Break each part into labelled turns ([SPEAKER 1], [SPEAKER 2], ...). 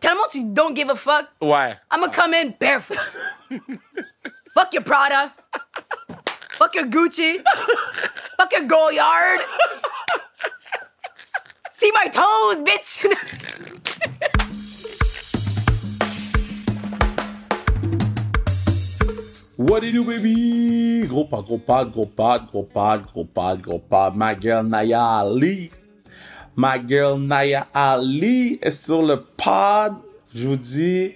[SPEAKER 1] Tell the monks you don't give a fuck.
[SPEAKER 2] Ouais.
[SPEAKER 1] I'm gonna come in barefoot. fuck your Prada. fuck your Gucci. fuck your Goyard. See my toes, bitch.
[SPEAKER 2] What do you do, baby? Gros pas, gros pas, gros pas, gros pas, gros pas, gros pas. Ma girl Naya Ali. Ma girl Naya Ali est sur le pod. Je vous dis,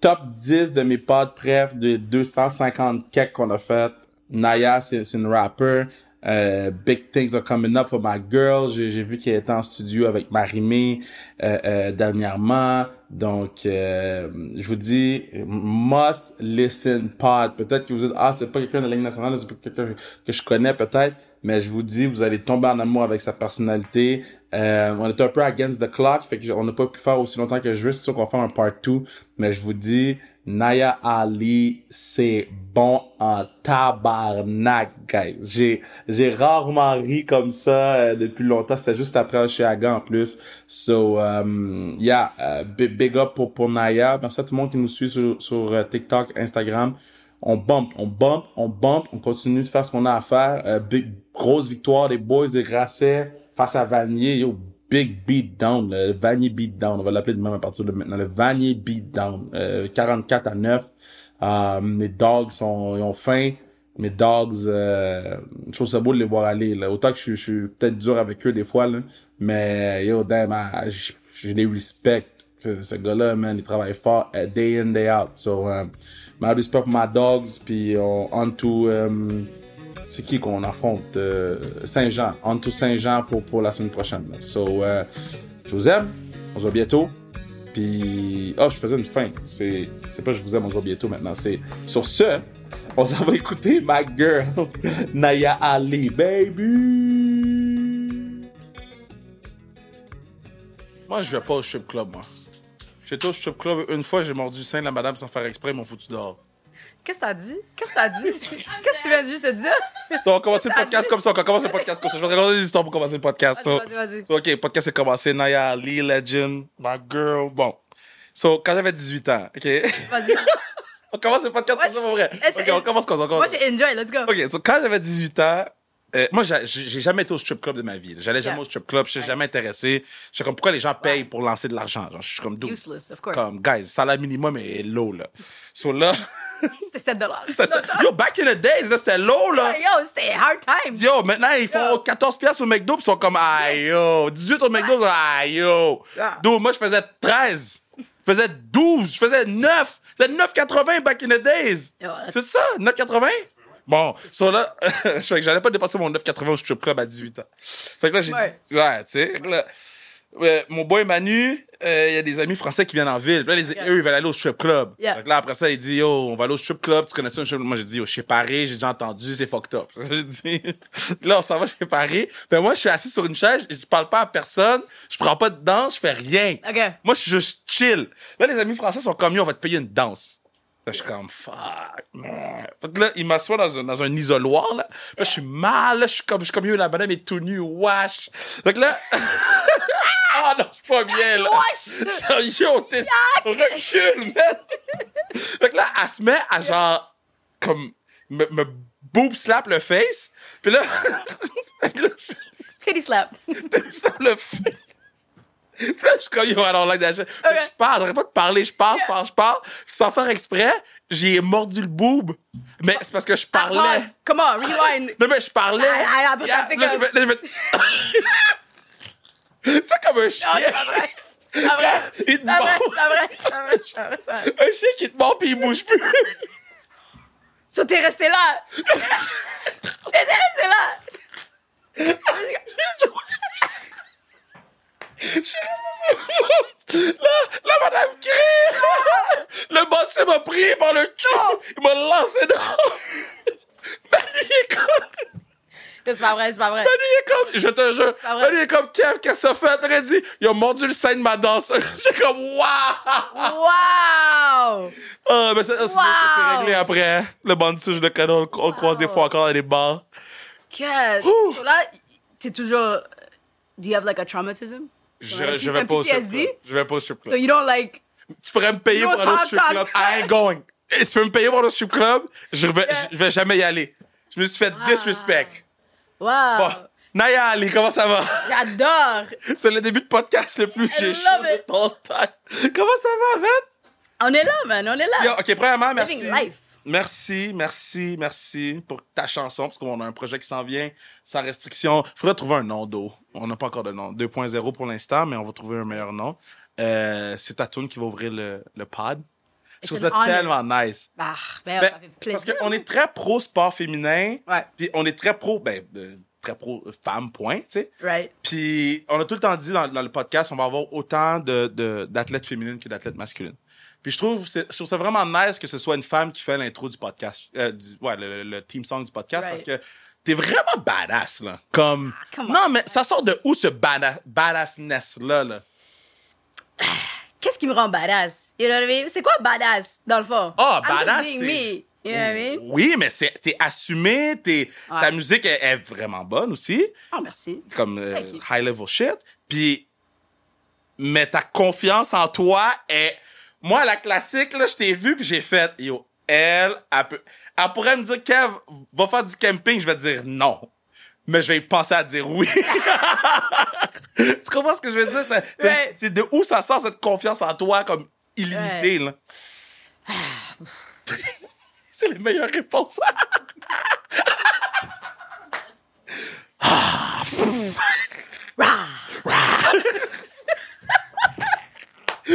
[SPEAKER 2] top 10 de mes pods préf de 250 keks qu'on a fait. Naya, c'est c'est une rapper. Euh, big things are coming up for my girl. J'ai j'ai vu qu'elle était en studio avec Marimé euh, euh, dernièrement. Donc, euh, je vous dis, must listen pod. Peut-être que vous dites, ah, c'est pas quelqu'un de la Ligue nationale, c'est pas quelqu'un que je connais peut-être, mais je vous dis, vous allez tomber en amour avec sa personnalité. Euh, on était un peu against the clock, fait que j- on n'a pas pu faire aussi longtemps que je veux. C'est sûr qu'on va faire un part 2, mais je vous dis, Naya Ali, c'est bon en tabarnak, guys. J'ai, j'ai rarement ri comme ça euh, depuis longtemps. C'était juste après Oshiaga en plus. So, um, yeah, euh, bi- big up pour, pour Naya. Merci à tout le monde qui nous suit sur, sur euh, TikTok, Instagram. On bump, on bump, on bump. On continue de faire ce qu'on a à faire. Euh, big- grosse victoire des boys de Grasset face à Vanier. Yo, big beat down. Le Vanier beat down. On va l'appeler de même à partir de maintenant. Le Vanier beat down. Euh, 44 à 9. Euh, mes dogs sont, ils ont faim. Mes dogs, euh, je trouve ça beau de les voir aller. Là. Autant que je, je suis peut-être dur avec eux des fois, là, mais yo, damn, ah, je, je les respecte. Ce ce gars-là, man, il travaille fort euh, day in, day out. So, euh, my respect pour my dogs, puis on, on to... euh, c'est qui qu'on affronte euh, Saint-Jean, en tout Saint-Jean pour, pour la semaine prochaine. là. So, euh, je vous aime, on se voit bientôt. Puis, oh, je faisais une fin. C'est c'est pas je vous aime, on se voit bientôt maintenant. C'est sur ce, on s'en va écouter ma girl, Naya Ali, baby. Moi, je vais pas au strip club, moi. J'étais au strip club une fois, j'ai mordu le sein de la madame sans faire exprès, ils m'ont foutu dehors.
[SPEAKER 1] Qu'est-ce que t'as dit? Qu'est-ce que t'as dit? Qu'est-ce que tu viens de juste de dire?
[SPEAKER 2] So, on commence le podcast comme ça. On commence le podcast comme ça. Je vais te raconter des histoires pour commencer le podcast. So,
[SPEAKER 1] Vas-y, vas-y, vas-y.
[SPEAKER 2] so, OK, le podcast est commencé. Naya, Lee, Legend, my girl. Bon. So, quand j'avais 18 ans, OK?
[SPEAKER 1] Vas-y.
[SPEAKER 2] on commence le podcast comme ça, pour vrai.
[SPEAKER 1] Est-ce-
[SPEAKER 2] OK, on commence comme ça. on commence
[SPEAKER 1] Moi,
[SPEAKER 2] comme ça.
[SPEAKER 1] j'ai enjoy. Let's go.
[SPEAKER 2] OK, so quand j'avais 18 ans, euh, moi, j'a- j'ai j'ai jamais été au strip club de ma vie. J'allais jamais
[SPEAKER 1] Yeah.
[SPEAKER 2] au strip club, je suis jamais intéressé. Je suis comme, pourquoi les gens payent pour lancer de l'argent? Genre, je suis comme, dude,
[SPEAKER 1] Useless, of course.
[SPEAKER 2] comme, guys, salaire minimum est low, là. So là,
[SPEAKER 1] C'était 7 dollars.
[SPEAKER 2] ça- ça- yo, back in the days, là, c'était low, là.
[SPEAKER 1] Yo, c'était hard time.
[SPEAKER 2] Yo, maintenant, ils font
[SPEAKER 1] Yo.
[SPEAKER 2] 14 piastres au McDo, puis ils sont comme, aïe, yo. 18 au McDo, ils sont, aïe, yo.
[SPEAKER 1] Ah.
[SPEAKER 2] Dude, moi, je faisais 13. Je faisais 12. Je faisais 9. C'était 9,80 back in the days.
[SPEAKER 1] Yo, that's-
[SPEAKER 2] C'est ça, 9,80? Bon, so là, je sais que j'allais pas dépasser mon 9,80 au strip club à 18 ans. Fait que là, j'ai
[SPEAKER 1] Ouais.
[SPEAKER 2] dit, ouais, tu sais. Fait que là, euh, mon boy Manu, euh, il y a des amis français qui viennent en ville. Puis là, les-
[SPEAKER 1] Yeah.
[SPEAKER 2] eux, ils veulent aller au strip club.
[SPEAKER 1] Yeah.
[SPEAKER 2] Fait que là, après ça, il dit, yo, on va aller au strip club. Tu connais ça, un strip club? Moi, j'ai dit, yo, je suis paré, j'ai déjà entendu, c'est fucked up. j'ai dit, là, on s'en va chez Paris. Ben, moi, je suis assis sur une chaise, je parle pas à personne, je prends pas de danse, je fais rien.
[SPEAKER 1] OK.
[SPEAKER 2] Moi, je suis juste chill. Là, les amis français sont comme, yo, on va te payer une danse. Là, je suis comme, fuck, man. Fait que là, il m'assoit dans un, dans un isoloir, là. Là, je suis mal, là, je suis comme, je suis comme, yo, la madame est tout nue, wesh. Fait que là, ah non, je suis pas bien, là.
[SPEAKER 1] Wesh!
[SPEAKER 2] Je suis comme, yo, t'es, recule, man. Fait que là, elle se met à genre, comme, me, me boob slap le face. Puis là, fait que là, je-
[SPEAKER 1] Titty slap.
[SPEAKER 2] ça le fait. Puis là, je suis comme, yo, I don't like that shit. Puis Je parle, j'arrête pas de parler, je parle, je parle, je parle. Puis sans faire exprès, j'ai mordu le boob. Mais c'est parce que je parlais.
[SPEAKER 1] Ah, Pause. Come on, rewind.
[SPEAKER 2] Non, mais je parlais.
[SPEAKER 1] Ah, ah, ah,
[SPEAKER 2] Yeah,
[SPEAKER 1] ça fait
[SPEAKER 2] là, je
[SPEAKER 1] comme-
[SPEAKER 2] vais- là, je vais- C'est comme un
[SPEAKER 1] Ah,
[SPEAKER 2] chien.
[SPEAKER 1] c'est pas vrai. C'est pas vrai.
[SPEAKER 2] Il
[SPEAKER 1] C'est pas vrai,
[SPEAKER 2] te
[SPEAKER 1] c'est pas vrai, c'est pas vrai, c'est pas vrai, c'est pas vrai.
[SPEAKER 2] mord. Un chien qui te mord puis il bouge plus.
[SPEAKER 1] So, t'es resté là. T'es resté là.
[SPEAKER 2] Je suis resté sur Là, la madame crie. Le bâtiment m'a pris par le cul. Il m'a lancé dehors. Manu, il est comme...
[SPEAKER 1] C'est pas vrai, c'est pas vrai.
[SPEAKER 2] Manu, il est comme, je te jure,
[SPEAKER 1] pas vrai.
[SPEAKER 2] Manu, il est comme, Kev, qu'est-ce que t'as fait? Il a dit, il a mordu le sein de ma danse. J'ai comme, waouh!
[SPEAKER 1] Wow!
[SPEAKER 2] Ah, ben, c'est c'est- c'est
[SPEAKER 1] Wow.
[SPEAKER 2] réglé après. hein. Le banc de souche de canon, on, on croise des
[SPEAKER 1] Wow.
[SPEAKER 2] fois encore dans les bars.
[SPEAKER 1] Que.
[SPEAKER 2] Ouh.
[SPEAKER 1] So là, t'es toujours. Do you have like a traumatism?
[SPEAKER 2] Je,
[SPEAKER 1] Ouais,
[SPEAKER 2] je
[SPEAKER 1] un
[SPEAKER 2] vais pas au strip
[SPEAKER 1] PTSD?
[SPEAKER 2] club. Je vais pas au strip
[SPEAKER 1] So
[SPEAKER 2] club.
[SPEAKER 1] you don't like.
[SPEAKER 2] tu pourrais me payer
[SPEAKER 1] You
[SPEAKER 2] pour aller au
[SPEAKER 1] talk,
[SPEAKER 2] strip
[SPEAKER 1] talk.
[SPEAKER 2] club. I ain't going. Et tu peux me payer pour aller au strip club, je vais, je vais jamais y aller. Je me suis
[SPEAKER 1] Ah.
[SPEAKER 2] fait disrespect.
[SPEAKER 1] Wow.
[SPEAKER 2] Bon. Naya Ali, comment ça va?
[SPEAKER 1] J'adore.
[SPEAKER 2] C'est le début de podcast le plus
[SPEAKER 1] I
[SPEAKER 2] j'ai
[SPEAKER 1] love
[SPEAKER 2] chaud de
[SPEAKER 1] it.
[SPEAKER 2] ton temps. Comment ça va, Van?
[SPEAKER 1] On est là, man. On est là.
[SPEAKER 2] Yo, ok, premièrement, merci.
[SPEAKER 1] Living life.
[SPEAKER 2] Merci, merci, merci pour ta chanson, parce qu'on a un projet qui s'en vient sans restriction. Il faudrait trouver un nom d'eau. On n'a pas encore de nom. 2.0 pour l'instant, mais on va trouver un meilleur nom. Euh, c'est ta tune qui va ouvrir le, le pod. Je
[SPEAKER 1] It's
[SPEAKER 2] trouve ça
[SPEAKER 1] an honor.
[SPEAKER 2] tellement nice.
[SPEAKER 1] Ah, ben,
[SPEAKER 2] Ben,
[SPEAKER 1] ça fait plaisir.
[SPEAKER 2] parce qu'on est très pro sport féminin,
[SPEAKER 1] Ouais,
[SPEAKER 2] puis on est très pro, ben, euh, très pro euh, femme, point, tu sais.
[SPEAKER 1] right.
[SPEAKER 2] Puis on a tout le temps dit dans, dans le podcast, on va avoir autant de, de- d'athlètes féminines que d'athlètes masculines. Puis je trouve, c'est- je trouve ça vraiment nice que ce soit une femme qui fait l'intro du podcast, euh, du- ouais, le, le- le team song du podcast,
[SPEAKER 1] Right. Ah,
[SPEAKER 2] parce que t'es vraiment badass, là. Comme.
[SPEAKER 1] come on.
[SPEAKER 2] non, mais ça sort de où ce bada- badassness-là, là?
[SPEAKER 1] Qu'est-ce qui me rend badass? You know what I mean? C'est quoi badass, dans le fond?
[SPEAKER 2] Ah,
[SPEAKER 1] I'm just
[SPEAKER 2] badass,
[SPEAKER 1] being
[SPEAKER 2] c'est-
[SPEAKER 1] me. You know what I mean?
[SPEAKER 2] Oui, mais c'est, t'es assumé, t'es, ta
[SPEAKER 1] Euh, Ouais.
[SPEAKER 2] musique est, est vraiment bonne aussi.
[SPEAKER 1] Oh, merci.
[SPEAKER 2] comme euh,
[SPEAKER 1] Thank you.
[SPEAKER 2] high level shit. Puis, mais ta confiance en toi est. Moi, la classique, là, je t'ai vu, puis j'ai fait, yo, elle, elle, peut- elle pourrait me dire, Kev, va faire du camping. Je vais dire non. Mais je vais y penser à dire oui. tu comprends ce que je veux dire? T'as- t'as-
[SPEAKER 1] Ouais.
[SPEAKER 2] C'est de où ça sort cette confiance en toi comme illimitée, là? Ah. C'est les meilleures réponses. Ah.
[SPEAKER 1] Rah!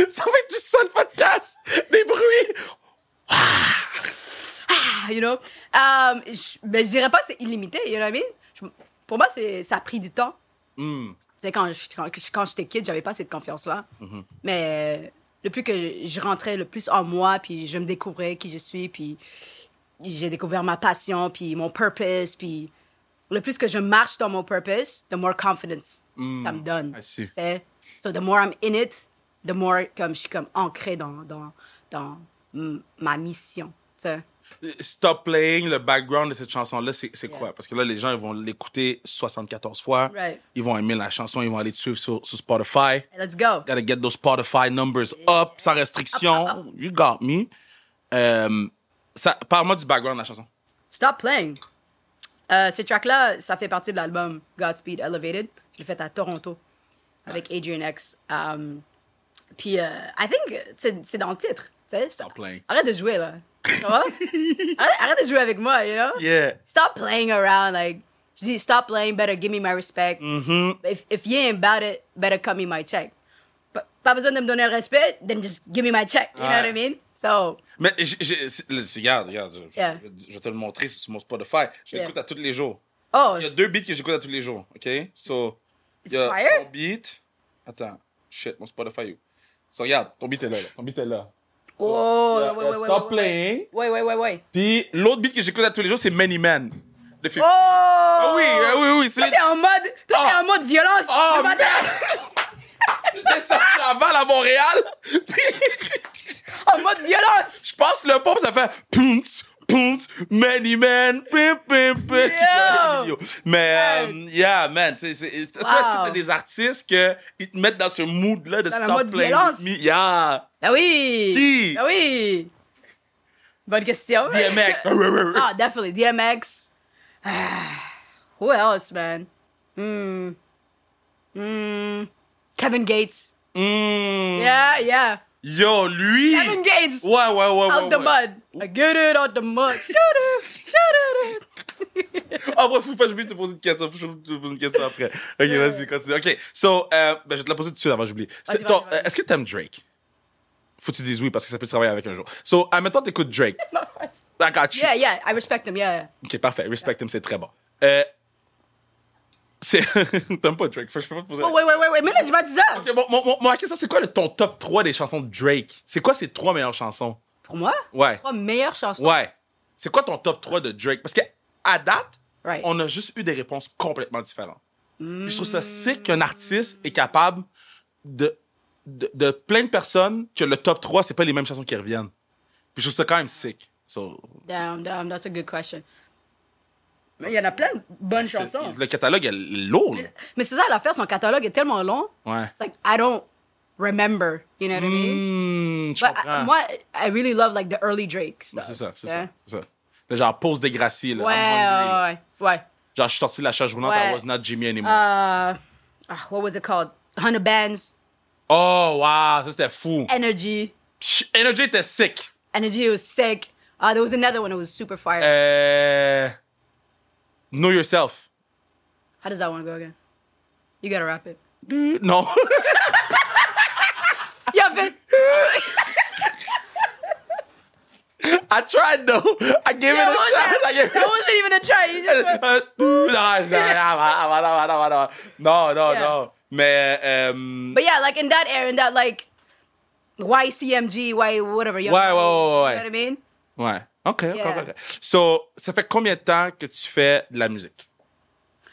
[SPEAKER 2] ça va être du seul podcast. Des bruits.
[SPEAKER 1] Ah, you know? Um, je, ben, je dirais pas que c'est illimité, you know what I mean? Je- pour moi, c'est, ça a pris du temps.
[SPEAKER 2] Hmm.
[SPEAKER 1] Tu sais, quand, je- quand, quand j'étais kid, j'avais pas cette confiance-là.
[SPEAKER 2] Mm-hmm.
[SPEAKER 1] Mais le plus que je, je rentrais le plus en moi, puis je me découvrais qui je suis, puis j'ai découvert ma passion, puis mon purpose, puis le plus que je marche dans mon purpose, the more confidence ça me donne.
[SPEAKER 2] Hmm. I see.
[SPEAKER 1] Tu sais? So the more I'm in it, the more comme, je suis comme ancrée dans, dans, dans mm, ma mission. tu sais.
[SPEAKER 2] Stop Playing, le background de cette chanson-là, c'est c'est
[SPEAKER 1] Yeah.
[SPEAKER 2] quoi? Parce que là, les gens, ils vont l'écouter 74 fois.
[SPEAKER 1] Right.
[SPEAKER 2] Ils vont aimer la chanson, ils vont aller te suivre sur, sur Spotify.
[SPEAKER 1] Let's go.
[SPEAKER 2] Gotta get those Spotify numbers up, sans restriction. You got me. Euh, ça- Parle-moi du background de la chanson.
[SPEAKER 1] Stop Playing. Euh, ce track-là, ça fait partie de l'album Godspeed Elevated. Je l'ai fait à Toronto avec Adrian X. Um, puis, euh, I think, c'est c'est dans le titre. tu sais.
[SPEAKER 2] Stop Playing.
[SPEAKER 1] Arrête de jouer, là. Ça va? arrête, arrête de jouer avec moi, you know?
[SPEAKER 2] Yeah.
[SPEAKER 1] Stop playing around. Like, je dis, stop playing, better give me my respect.
[SPEAKER 2] Mm-hmm.
[SPEAKER 1] if, if you ain't about it, better cut me my check. Pas- pas besoin de me donner le respect, then just give me my check. You know what I
[SPEAKER 2] Ouais.
[SPEAKER 1] mean? So,
[SPEAKER 2] Mais j'ai- j'ai- c'est- le- c'est- regarde, regarde. Je,
[SPEAKER 1] Yeah.
[SPEAKER 2] je vais te- je vais te le montrer, c'est sur mon Spotify. Je l'écoute
[SPEAKER 1] Yeah.
[SPEAKER 2] à tous les jours.
[SPEAKER 1] oh,
[SPEAKER 2] Il y a deux beats que j'écoute à tous les jours, OK? So, il y a
[SPEAKER 1] fire?
[SPEAKER 2] ton beat... Attends, shit, mon Spotify est où? So, regarde, ton beat est là, là. ton beat est là. So,
[SPEAKER 1] Oh,
[SPEAKER 2] il y
[SPEAKER 1] ouais,
[SPEAKER 2] a- il y a
[SPEAKER 1] ouais, ouais,
[SPEAKER 2] Stop
[SPEAKER 1] ouais,
[SPEAKER 2] Playing.
[SPEAKER 1] ouais, ouais, ouais, ouais.
[SPEAKER 2] Puis l'autre beat que j'écoute à tous les jours, c'est Many Men. De Fifty.
[SPEAKER 1] Oh!
[SPEAKER 2] Ah oui, ah oui, oui, c'est...
[SPEAKER 1] Toi, t'es en mode, toi,
[SPEAKER 2] Ah.
[SPEAKER 1] t'es en mode violence.
[SPEAKER 2] Oh,
[SPEAKER 1] le matin.
[SPEAKER 2] J'étais sorti avant à Montréal, puis
[SPEAKER 1] En mode violence.
[SPEAKER 2] je passe le pont, puis ça fait... Pounce, pounce, Many Men, pim, pim, pim.
[SPEAKER 1] Yo!
[SPEAKER 2] Mais, euh, yeah, man, c'est... c'est- c'est- Toi, est-ce que t'as des artistes que ils te mettent dans ce mood-là de
[SPEAKER 1] Dans le
[SPEAKER 2] Stop
[SPEAKER 1] mode
[SPEAKER 2] Playing
[SPEAKER 1] violence.
[SPEAKER 2] With Me? Yeah!
[SPEAKER 1] Ah oui.
[SPEAKER 2] Qui?
[SPEAKER 1] Ah oui. Bonne question.
[SPEAKER 2] DMX.
[SPEAKER 1] Ah, definitely. DMX. Ah, Who else, man? Hmm. Hmm. Kevin Gates.
[SPEAKER 2] Mm.
[SPEAKER 1] Yeah, yeah.
[SPEAKER 2] Yo, lui!
[SPEAKER 1] Kevin Gates.
[SPEAKER 2] Ouais, ouais, ouais, ouais.
[SPEAKER 1] Out the
[SPEAKER 2] ouais.
[SPEAKER 1] mud. I get it out the mud. Get it. Get it.
[SPEAKER 2] Ah, bref, faut pas, j'ai oublié de te poser une question. Faut que je te pose une question après. Ok, vas-y, continue. Ok, so, euh, ben, je vais te la poser tout de suite avant, j'oublie.
[SPEAKER 1] Vas-y,
[SPEAKER 2] C'est- ton-
[SPEAKER 1] vas-y, vas-y.
[SPEAKER 2] euh, Est-ce que t'aimes Drake? Faut que tu dises oui parce que ça peut se travailler avec un jour. So, admettons, t'écoutes Drake.
[SPEAKER 1] My friends.
[SPEAKER 2] I got you.
[SPEAKER 1] Yeah, yeah. I respect him. Yeah.
[SPEAKER 2] Ok, parfait. Respect him, c'est très bon. Euh, c'est. T'aimes pas Drake? Faut- Je peux pas te poser. la
[SPEAKER 1] Oh, wait, wait, wait, wait. Mais là, j'ai pas dit ça.
[SPEAKER 2] question. Mon, mon, mon- ma question, c'est quoi le, ton top 3 des chansons de Drake? C'est quoi ses trois meilleures chansons?
[SPEAKER 1] Pour moi,
[SPEAKER 2] Ouais.
[SPEAKER 1] trois meilleures chansons.
[SPEAKER 2] Ouais. C'est quoi ton top 3 de Drake? Parce que à date,
[SPEAKER 1] Right.
[SPEAKER 2] on a juste eu des réponses complètement différentes. Puis Je trouve
[SPEAKER 1] Hmm.
[SPEAKER 2] ça sick qu'un artiste est capable de, de, de plein de personnes que le top 3, c'est pas les mêmes chansons qui reviennent. Puis je trouve ça quand même sick. So,
[SPEAKER 1] Damn, damn, that's a good question. Mais il y en a plein de bonnes
[SPEAKER 2] c'est-
[SPEAKER 1] chansons.
[SPEAKER 2] le catalogue est lourd. là.
[SPEAKER 1] Mais c'est ça l'affaire, son catalogue est tellement long.
[SPEAKER 2] Ouais.
[SPEAKER 1] It's like, I don't remember. You know what I mean?
[SPEAKER 2] Hmm, je
[SPEAKER 1] But
[SPEAKER 2] comprends. Ben,
[SPEAKER 1] I- Bah, moi, I really love like the early Drake stuff.
[SPEAKER 2] c'est ça, c'est
[SPEAKER 1] hein?
[SPEAKER 2] ça, c'est ça. Le genre, pose des graciers, là. I'm hungry, là.
[SPEAKER 1] Ouais, ouais, ouais. ouais.
[SPEAKER 2] Genre, je suis sorti de la chaise roulante, I
[SPEAKER 1] Ouais.
[SPEAKER 2] was not Jimmy anymore.
[SPEAKER 1] Uh, ah, what was it called? 100 Bands,
[SPEAKER 2] Oh, wow, ça c'était fou.
[SPEAKER 1] Energy.
[SPEAKER 2] Psh, Energy était sick.
[SPEAKER 1] Energy was sick. Uh, there was another one that was super fire.
[SPEAKER 2] Eh. Euh... Know yourself.
[SPEAKER 1] How does that one go again? You gotta rap it.
[SPEAKER 2] Dude, Non.
[SPEAKER 1] Yeah, Vin.
[SPEAKER 2] I tried though. I gave it a
[SPEAKER 1] what
[SPEAKER 2] shot. I gave it
[SPEAKER 1] that wasn't even a try. You just went-
[SPEAKER 2] Euh, euh, non, c'est- ah, bah, ah, bah, ah, bah, ah, bah, ah, bah. Non, non,
[SPEAKER 1] Yeah.
[SPEAKER 2] non. Mais, euh,
[SPEAKER 1] But yeah, like in that era, in that like YCMG, Y whatever. You
[SPEAKER 2] Ouais, ouais, ouais, ouais,
[SPEAKER 1] You know what I mean?
[SPEAKER 2] ouais. OK, OK,
[SPEAKER 1] Yeah.
[SPEAKER 2] OK. So, ça fait combien de temps que tu fais de la musique?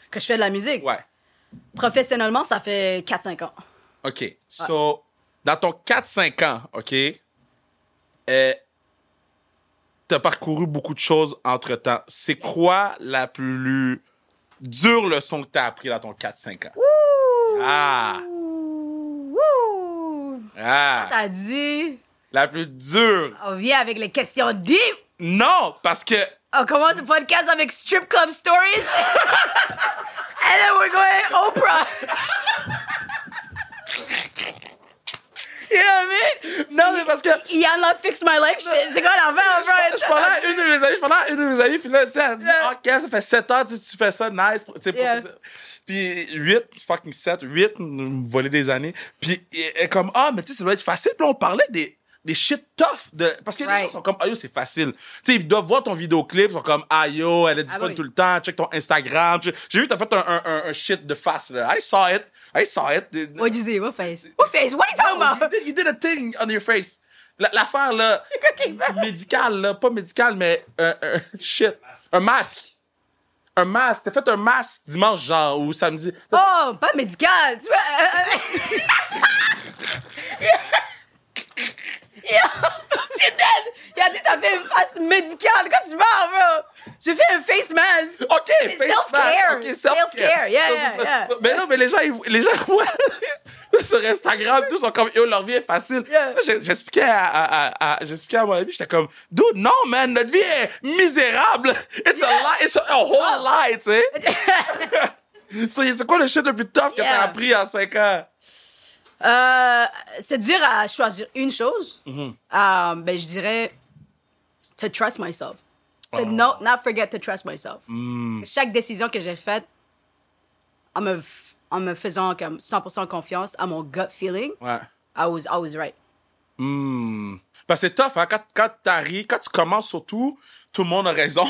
[SPEAKER 1] Que je fais de la musique.
[SPEAKER 2] Ouais.
[SPEAKER 1] Professionnellement, ça fait 4-5 ans.
[SPEAKER 2] OK. So, dans ton 4-5 ans, OK, euh, t'as parcouru beaucoup de choses entre-temps. C'est quoi la plus dure leçon que t'as appris dans ton 4-5 ans? Ah!
[SPEAKER 1] Woo!
[SPEAKER 2] Ah!
[SPEAKER 1] T'as dit,
[SPEAKER 2] La plus dure!
[SPEAKER 1] on vient avec les questions deep.
[SPEAKER 2] Non! Parce que...
[SPEAKER 1] On commence le podcast avec strip club stories. And then we're going Oprah. you know what I mean?
[SPEAKER 2] Non, mais parce que...
[SPEAKER 1] Yann l'a fix my life shit. C'est quoi l'affaire, bro?
[SPEAKER 2] Je parlais à une de mes amies, je parlais à une de mes amies, puis là, tu sais, elle dit,
[SPEAKER 1] Yeah.
[SPEAKER 2] OK, ça fait 7 heures, tu sais, tu fais ça, nice. pour- tu sais, pour-
[SPEAKER 1] Yeah.
[SPEAKER 2] Puis 8, fucking 7, 8, voler des années. Puis elle est comme, ah, mais tu sais, ça doit être facile. Puis là, on parlait des, des shit tough. de- parce que les
[SPEAKER 1] Right.
[SPEAKER 2] gens sont comme, ah, yo, c'est facile. Tu sais, ils doivent voir ton vidéoclip, ils sont comme, ah, yo, elle est
[SPEAKER 1] Ah,
[SPEAKER 2] disponible
[SPEAKER 1] oui.
[SPEAKER 2] tout le temps, check ton Instagram. Tu- J'ai vu, t'as fait un, un, un, un shit de face, là. I saw it, I saw it.
[SPEAKER 1] What'd you say? What face? What face? What are you talking
[SPEAKER 2] Oh, you
[SPEAKER 1] about?
[SPEAKER 2] did, you did a thing on your face. La- L'affaire, là. médical, là. Pas médical, mais euh, euh, shit. Un masque. Un masque. T'as fait un masque dimanche, genre, ou samedi.
[SPEAKER 1] Oh, pas médical. Tu vois? Yo, c'est dead. Il a dit t'as fait une face médicale. Quand tu parles, bro? J'ai fait un face mask.
[SPEAKER 2] OK,
[SPEAKER 1] C'est
[SPEAKER 2] face
[SPEAKER 1] self-care.
[SPEAKER 2] mask. OK,
[SPEAKER 1] Self-care, yeah,
[SPEAKER 2] Ça, c'est
[SPEAKER 1] yeah,
[SPEAKER 2] ça,
[SPEAKER 1] yeah.
[SPEAKER 2] ça. Mais non, mais les gens, ils- les gens voient sur Instagram, tous sont comme, yo, leur vie est facile.
[SPEAKER 1] Yeah.
[SPEAKER 2] Là, j'ai- J'expliquais à, à, à, à- j'expliquais à mon ami, j'étais comme, dude, non, man, notre vie est misérable. It's a lie, it's a, a whole
[SPEAKER 1] Oh.
[SPEAKER 2] lie, tu sais. So, c'est quoi le shit le plus tough que t'as
[SPEAKER 1] Yeah.
[SPEAKER 2] appris en 5 ans?
[SPEAKER 1] Euh, c'est dur à choisir une chose.
[SPEAKER 2] Mhm.
[SPEAKER 1] Euh, ben, je dirais to trust myself. To
[SPEAKER 2] Oh.
[SPEAKER 1] no- not forget to trust myself.
[SPEAKER 2] Mm.
[SPEAKER 1] Chaque décision que j'ai faite, en me, f- en me faisant comme 100% confiance à mon gut feeling,
[SPEAKER 2] Ouais.
[SPEAKER 1] I was always right.
[SPEAKER 2] Hmm. Parce que c'est tough, hein? quand, quand t'arrives, quand tu commences surtout, tout le monde a raison.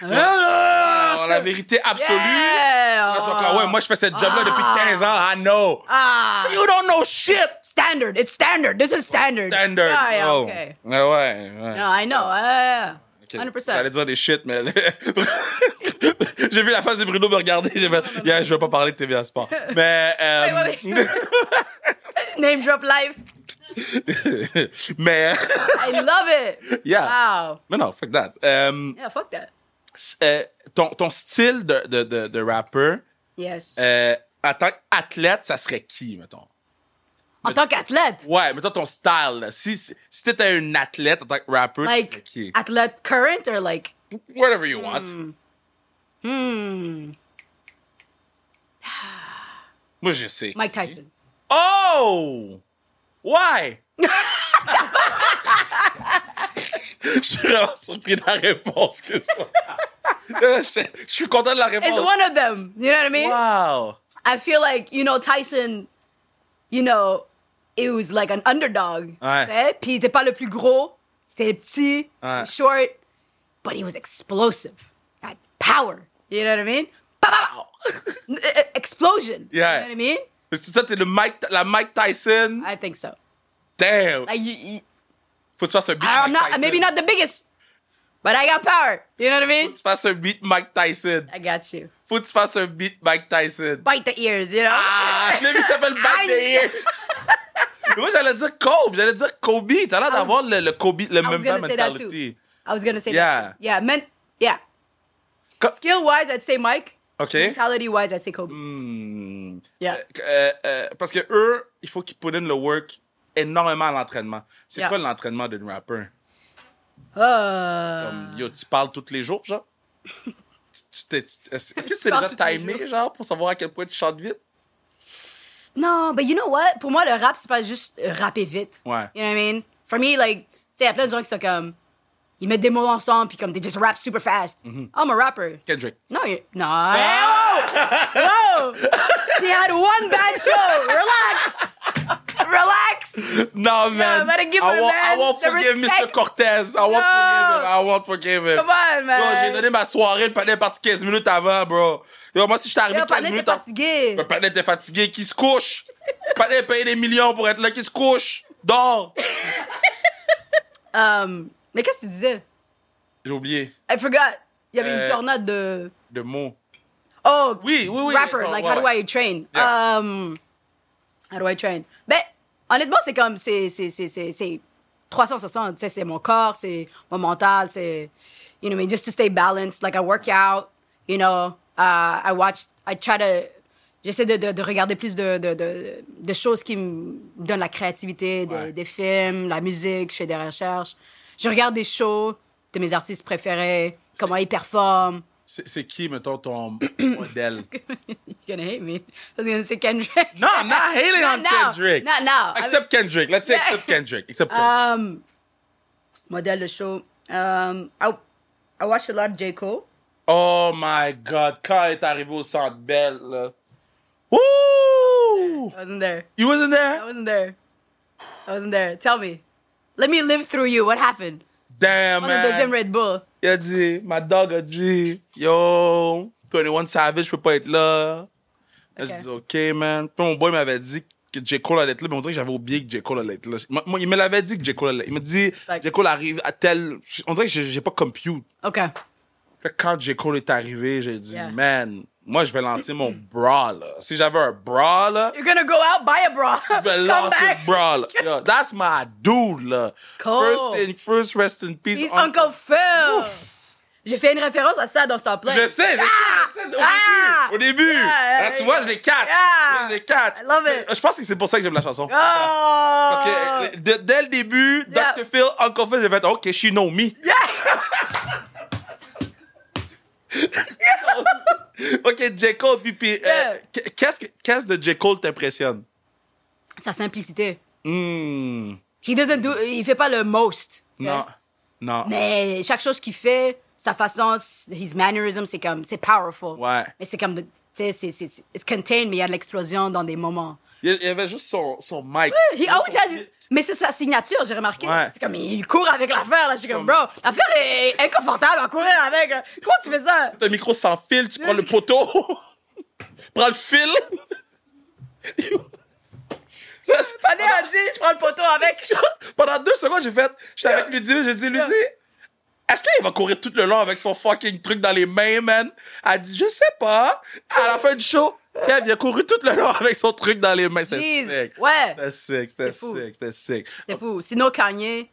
[SPEAKER 2] Alors, la vérité absolue.
[SPEAKER 1] Yeah!
[SPEAKER 2] Ils sont comme, ouais, moi, je fais cette job-là depuis 15 ans, I know.
[SPEAKER 1] Ah!
[SPEAKER 2] You don't know shit!
[SPEAKER 1] Standard, it's standard. This is standard.
[SPEAKER 2] Standard.
[SPEAKER 1] Yeah, yeah,
[SPEAKER 2] Oh.
[SPEAKER 1] okay.
[SPEAKER 2] Ouais, ouais. ouais.
[SPEAKER 1] No, I know. Ah, yeah,
[SPEAKER 2] Ok.
[SPEAKER 1] yeah, yeah. 100%.
[SPEAKER 2] J'allais dire des shit, mais. j'ai vu la face de Bruno me regarder, j'ai fait, yeah, je veux pas parler de TVA Sport. Mais. euh,
[SPEAKER 1] Wait, wait, Name drop life.
[SPEAKER 2] mais.
[SPEAKER 1] I love it.
[SPEAKER 2] yeah.
[SPEAKER 1] Wow.
[SPEAKER 2] Mais non, fuck that. Euh,
[SPEAKER 1] Yeah, fuck that.
[SPEAKER 2] euh, ton, ton style de, de, de, de rapper,
[SPEAKER 1] Yes.
[SPEAKER 2] euh, en tant qu'athlète, ça serait qui, mettons?
[SPEAKER 1] en tant qu'athlète,
[SPEAKER 2] Ouais, mettons ton style. là. Si, si si t'étais un athlète en tant que rapper, tu serais
[SPEAKER 1] like
[SPEAKER 2] qui?
[SPEAKER 1] athlète current or like
[SPEAKER 2] Whatever you want.
[SPEAKER 1] hmm,
[SPEAKER 2] Moi, je sais.
[SPEAKER 1] Mike Tyson.
[SPEAKER 2] Oh! Why? je suis vraiment surpris de la réponse, excuse-moi. Euh, je, je suis content de la
[SPEAKER 1] It's
[SPEAKER 2] réponse.
[SPEAKER 1] one of them. You know what I mean?
[SPEAKER 2] Wow!
[SPEAKER 1] I feel like you know Tyson. You know, it was like an underdog.
[SPEAKER 2] Ouais.
[SPEAKER 1] tu sais? Puis il était pas le plus gros, c'était le petit,
[SPEAKER 2] Ouais.
[SPEAKER 1] le short, but he was explosive. Had power. You know what I mean? Pow, pow, pow. Eh, eh, Explosion.
[SPEAKER 2] Yeah.
[SPEAKER 1] You know what I mean?
[SPEAKER 2] Mais c'est ça, t'es le Mike, la Mike Tyson.
[SPEAKER 1] I think so.
[SPEAKER 2] Damn!
[SPEAKER 1] Like you, you
[SPEAKER 2] Faut que tu fasses un beat
[SPEAKER 1] I'm
[SPEAKER 2] Mike
[SPEAKER 1] not
[SPEAKER 2] Tyson.
[SPEAKER 1] maybe not the biggest, but I got power. You know what I
[SPEAKER 2] Faut
[SPEAKER 1] mean?
[SPEAKER 2] que tu fasses un beat Mike Tyson.
[SPEAKER 1] I got you.
[SPEAKER 2] Faut que tu fasses un beat Mike Tyson.
[SPEAKER 1] Bite the ears, you know?
[SPEAKER 2] Ah! Le beat s'appelle Back the Ear. Mais Moi, j'allais dire Kobe. J'allais dire Kobe. T'as l'air d'avoir le, le Kobe, le
[SPEAKER 1] Ah, was
[SPEAKER 2] même
[SPEAKER 1] gonna say that
[SPEAKER 2] mentality.
[SPEAKER 1] I was gonna say
[SPEAKER 2] Yeah.
[SPEAKER 1] that. Yeah. Men yeah.
[SPEAKER 2] Co-
[SPEAKER 1] Skill wise, I'd say Mike.
[SPEAKER 2] Okay.
[SPEAKER 1] Mentality wise, I'd say Kobe.
[SPEAKER 2] Hmm.
[SPEAKER 1] Yeah.
[SPEAKER 2] Euh, euh, parce que eux, il faut qu'ils put in le work énormément à l'entraînement. C'est
[SPEAKER 1] Yeah.
[SPEAKER 2] quoi l'entraînement d'un rapper?
[SPEAKER 1] Ah.
[SPEAKER 2] Comme, yo, tu parles tous les jours, genre? Tu- tu t'es- tu- Est-ce est-ce que
[SPEAKER 1] Tu
[SPEAKER 2] c'est
[SPEAKER 1] parles
[SPEAKER 2] déjà
[SPEAKER 1] tous les
[SPEAKER 2] timé, genre, pour savoir à quel point tu chantes vite?
[SPEAKER 1] Non, but you know what? Pour moi, le rap, c'est pas juste euh, rapper vite.
[SPEAKER 2] Ouais.
[SPEAKER 1] You know what I mean? For me, like, tu sais, il y a plein de gens qui sont comme. Ils mettent des mots ensemble, puis comme, they just rap super fast.
[SPEAKER 2] Mm-hmm.
[SPEAKER 1] I'm a rapper.
[SPEAKER 2] Kendrick.
[SPEAKER 1] No, you're. No.
[SPEAKER 2] Ah!
[SPEAKER 1] oh! Whoa! They had one bad show. Relax! Relax!
[SPEAKER 2] No, man.
[SPEAKER 1] better give
[SPEAKER 2] I
[SPEAKER 1] the
[SPEAKER 2] won't, I
[SPEAKER 1] man
[SPEAKER 2] won't
[SPEAKER 1] the
[SPEAKER 2] forgive Mr.
[SPEAKER 1] respect.
[SPEAKER 2] Cortez. I won't forgive him. I won't forgive him.
[SPEAKER 1] Come on,
[SPEAKER 2] Yo, j'ai
[SPEAKER 1] man.
[SPEAKER 2] donné ma soirée, le panel est parti 15 minutes avant, bro. Yo, moi, si je suis arrivé
[SPEAKER 1] Yo,
[SPEAKER 2] 15
[SPEAKER 1] Panel, t'es
[SPEAKER 2] minutes en-
[SPEAKER 1] fatigué.
[SPEAKER 2] Le panel était fatigué, qui se couche. Le panel est payé des millions pour être là, qui se couche. Dors.
[SPEAKER 1] Um, mais qu'est-ce que tu disais?
[SPEAKER 2] J'ai oublié
[SPEAKER 1] I forgot. Il y avait
[SPEAKER 2] Euh,
[SPEAKER 1] une tornade de.
[SPEAKER 2] de mots.
[SPEAKER 1] Oh,
[SPEAKER 2] Oui, oui, oui.
[SPEAKER 1] rapper.
[SPEAKER 2] attends,
[SPEAKER 1] like,
[SPEAKER 2] ouais,
[SPEAKER 1] how do
[SPEAKER 2] ouais.
[SPEAKER 1] I train?
[SPEAKER 2] Yeah.
[SPEAKER 1] Um, how do I train? Ben, honnêtement, c'est comme. C'est. c'est- c'est- c'est- c'est 360. tu sais, C'est mon corps, c'est mon mental, c'est. You know, what I mean, just to stay balanced. Like, I work out, you know, uh, I watch. I try to. J'essaie de, de, de regarder plus de, de, de, de choses qui me donnent la créativité, des,
[SPEAKER 2] Ouais.
[SPEAKER 1] des films, la musique, je fais des recherches. Je regarde des shows de mes artistes préférés, comment ils performent.
[SPEAKER 2] C'est c'est qui, mettons, ton modèle?
[SPEAKER 1] You're gonna hate me. I was gonna say Kendrick.
[SPEAKER 2] No, I'm not hating
[SPEAKER 1] Not
[SPEAKER 2] on
[SPEAKER 1] now.
[SPEAKER 2] Kendrick.
[SPEAKER 1] Not now.
[SPEAKER 2] Except Kendrick. Let's say
[SPEAKER 1] Yeah.
[SPEAKER 2] except Kendrick. Except Kendrick.
[SPEAKER 1] Um, modèle de show. Um, I, I watch a lot of J. Cole.
[SPEAKER 2] Oh my God, quand elle est arrivé au Centre Bell, là.
[SPEAKER 1] I
[SPEAKER 2] Woo!
[SPEAKER 1] wasn't there.
[SPEAKER 2] You wasn't
[SPEAKER 1] I
[SPEAKER 2] there?
[SPEAKER 1] wasn't there. I wasn't there. Tell me. Let me live through you. What happened?
[SPEAKER 2] Damn,
[SPEAKER 1] On the deuxième
[SPEAKER 2] man.
[SPEAKER 1] Red Bull.
[SPEAKER 2] Il a dit, ma dog a dit, yo, 21 Savage, je peux pas être là. Là, J'ai dit, OK, man. Puis mon boy m'avait dit que J. Cole allait être là, mais on dirait que j'avais oublié que J. Cole allait être là. Moi, moi, il me l'avait dit que J. Cole allait Il m'a dit,
[SPEAKER 1] Like-
[SPEAKER 2] J. Cole arrive à tel. On dirait que j'ai j'ai pas compute.
[SPEAKER 1] Okay.
[SPEAKER 2] Fait que quand J. Cole est arrivé, j'ai dit,
[SPEAKER 1] Yeah.
[SPEAKER 2] man, moi, je vais lancer mon bra, là. Si j'avais un bra, là.
[SPEAKER 1] You're gonna go out, buy a bra. Come
[SPEAKER 2] Velocity
[SPEAKER 1] back.
[SPEAKER 2] Brawler. Yo, that's my dude, là.
[SPEAKER 1] Cool.
[SPEAKER 2] First, in, first rest in peace.
[SPEAKER 1] He's
[SPEAKER 2] Uncle-
[SPEAKER 1] Uncle Phil. J'ai fait une référence à ça dans Star Play.
[SPEAKER 2] Je sais, je sais, je sais, au
[SPEAKER 1] Ben, Ah!
[SPEAKER 2] début. Au début.
[SPEAKER 1] Yeah,
[SPEAKER 2] Là, tu vois, je les catch.
[SPEAKER 1] Yeah.
[SPEAKER 2] Je les catch.
[SPEAKER 1] Ah! I love it.
[SPEAKER 2] Je pense que c'est pour ça que j'aime la chanson.
[SPEAKER 1] Oh!
[SPEAKER 2] Parce que euh, de- dès le début,
[SPEAKER 1] Yeah.
[SPEAKER 2] Dr. Phil, Uncle Phil, j'ai fait OK, she know me. OK, J. Cole, puis, puis, euh,
[SPEAKER 1] Yeah.
[SPEAKER 2] qu'est-ce, que- qu'est-ce de J. Cole t'impressionne?
[SPEAKER 1] Sa simplicité.
[SPEAKER 2] Hmm.
[SPEAKER 1] He doesn't do, il fait pas le most. tu sais.
[SPEAKER 2] non. Non.
[SPEAKER 1] Mais chaque chose qu'il fait, sa façon, s- his mannerism, c'est comme, c'est powerful.
[SPEAKER 2] Ouais.
[SPEAKER 1] Mais c'est comme, de- tu sais, c'est, c'est, c'est it's contained, mais il y a de l'explosion dans des moments.
[SPEAKER 2] Il y avait juste son, son mic.
[SPEAKER 1] He always has, mais c'est sa signature, j'ai remarqué.
[SPEAKER 2] Ouais.
[SPEAKER 1] C'est comme, il court avec l'affaire, là. Je suis comme, bro,
[SPEAKER 2] Comme-
[SPEAKER 1] l'affaire est inconfortable à courir avec. là. Comment tu fais ça?
[SPEAKER 2] T'as un micro sans fil, tu prends le poteau, prends le fil. Ça, c'est-
[SPEAKER 1] Fanny a dit, je prends le poteau avec.
[SPEAKER 2] Pendant deux secondes, j'ai fait. J'étais avec Lucie, j'ai dit, Lucie, est-ce qu'il va courir tout le long avec son fucking truc dans les mains, man? Elle dit, je sais pas. À la fin du show, Kev, il a couru tout le long avec son truc dans les mains. C'était
[SPEAKER 1] Jeez.
[SPEAKER 2] sick.
[SPEAKER 1] Ouais,
[SPEAKER 2] C'était sick, c'était
[SPEAKER 1] C'est fou.
[SPEAKER 2] sick, c'était sick.
[SPEAKER 1] c'est fou. Sinon, Kanye,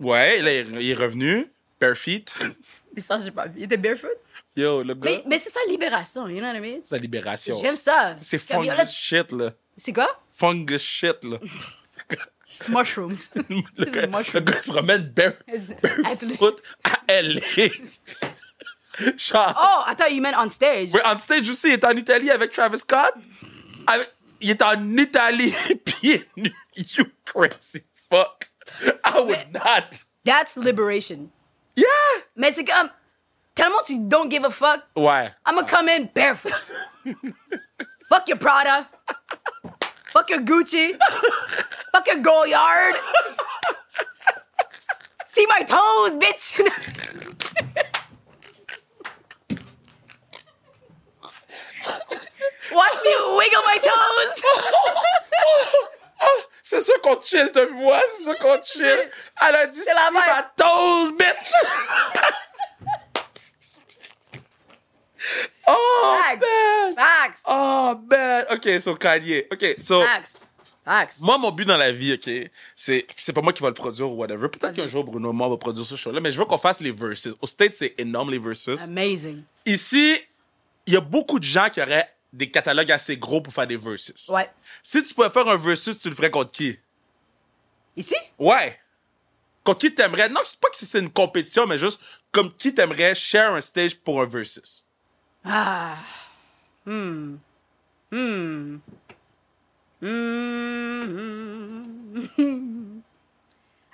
[SPEAKER 2] Ouais, là, il il est revenu, bare feet.
[SPEAKER 1] mais ça, j'ai pas vu. Il était barefoot.
[SPEAKER 2] Yo, le gars,
[SPEAKER 1] Mais, mais c'est sa libération, you know what I mean?
[SPEAKER 2] sa libération.
[SPEAKER 1] J'aime ça.
[SPEAKER 2] C'est
[SPEAKER 1] Comme, yo,
[SPEAKER 2] fungus
[SPEAKER 1] là,
[SPEAKER 2] shit, là.
[SPEAKER 1] C'est quoi?
[SPEAKER 2] Fungus shit, là.
[SPEAKER 1] Mushrooms.
[SPEAKER 2] Le
[SPEAKER 1] This
[SPEAKER 2] gars,
[SPEAKER 1] is mushroom.
[SPEAKER 2] le gars se promène bare,
[SPEAKER 1] It's-
[SPEAKER 2] barefoot à LA. Genre,
[SPEAKER 1] Oh, I thought you meant on stage.
[SPEAKER 2] ouais, on stage aussi, il est en Italie avec Travis Scott. Avec- il est en Italie, pieds nus. You crazy fuck. I would not.
[SPEAKER 1] That's liberation. um,
[SPEAKER 2] Yeah!
[SPEAKER 1] Mais c'est comme, tellement tu don't give a fuck,
[SPEAKER 2] Ouais.
[SPEAKER 1] I'm gonna come in barefoot. fuck your Prada. fuck your Gucci. fuck your Goyard. See my toes, bitch. Watch me wiggle my toes.
[SPEAKER 2] Oh, C'est sûr qu'on chill, t'as vu moi? C'est sûr qu'on chill. Elle a dit, c'est
[SPEAKER 1] la même.
[SPEAKER 2] ma toes, bitch! oh,
[SPEAKER 1] Facts.
[SPEAKER 2] man!
[SPEAKER 1] Facts.
[SPEAKER 2] Oh, man! OK, so Kanye. OK, so...
[SPEAKER 1] Facts. Facts.
[SPEAKER 2] Moi, mon but dans la vie, OK, c'est c'est pas moi qui va le produire ou whatever. Peut-être
[SPEAKER 1] Vas-y.
[SPEAKER 2] qu'un jour, Bruno moi va produire ce show-là, mais je veux qu'on fasse les verses. Au States, c'est énorme, les verses.
[SPEAKER 1] Amazing.
[SPEAKER 2] Ici, il y a beaucoup de gens qui auraient des catalogues assez gros pour faire des verses.
[SPEAKER 1] Ouais.
[SPEAKER 2] Si tu pouvais faire un versus, tu le ferais contre qui?
[SPEAKER 1] Ici?
[SPEAKER 2] Ouais. Contre qui t'aimerais. Non, c'est pas que c'est une compétition, mais juste comme qui t'aimerais share un stage pour un versus.
[SPEAKER 1] Ah. Hmm. Hmm. Hmm.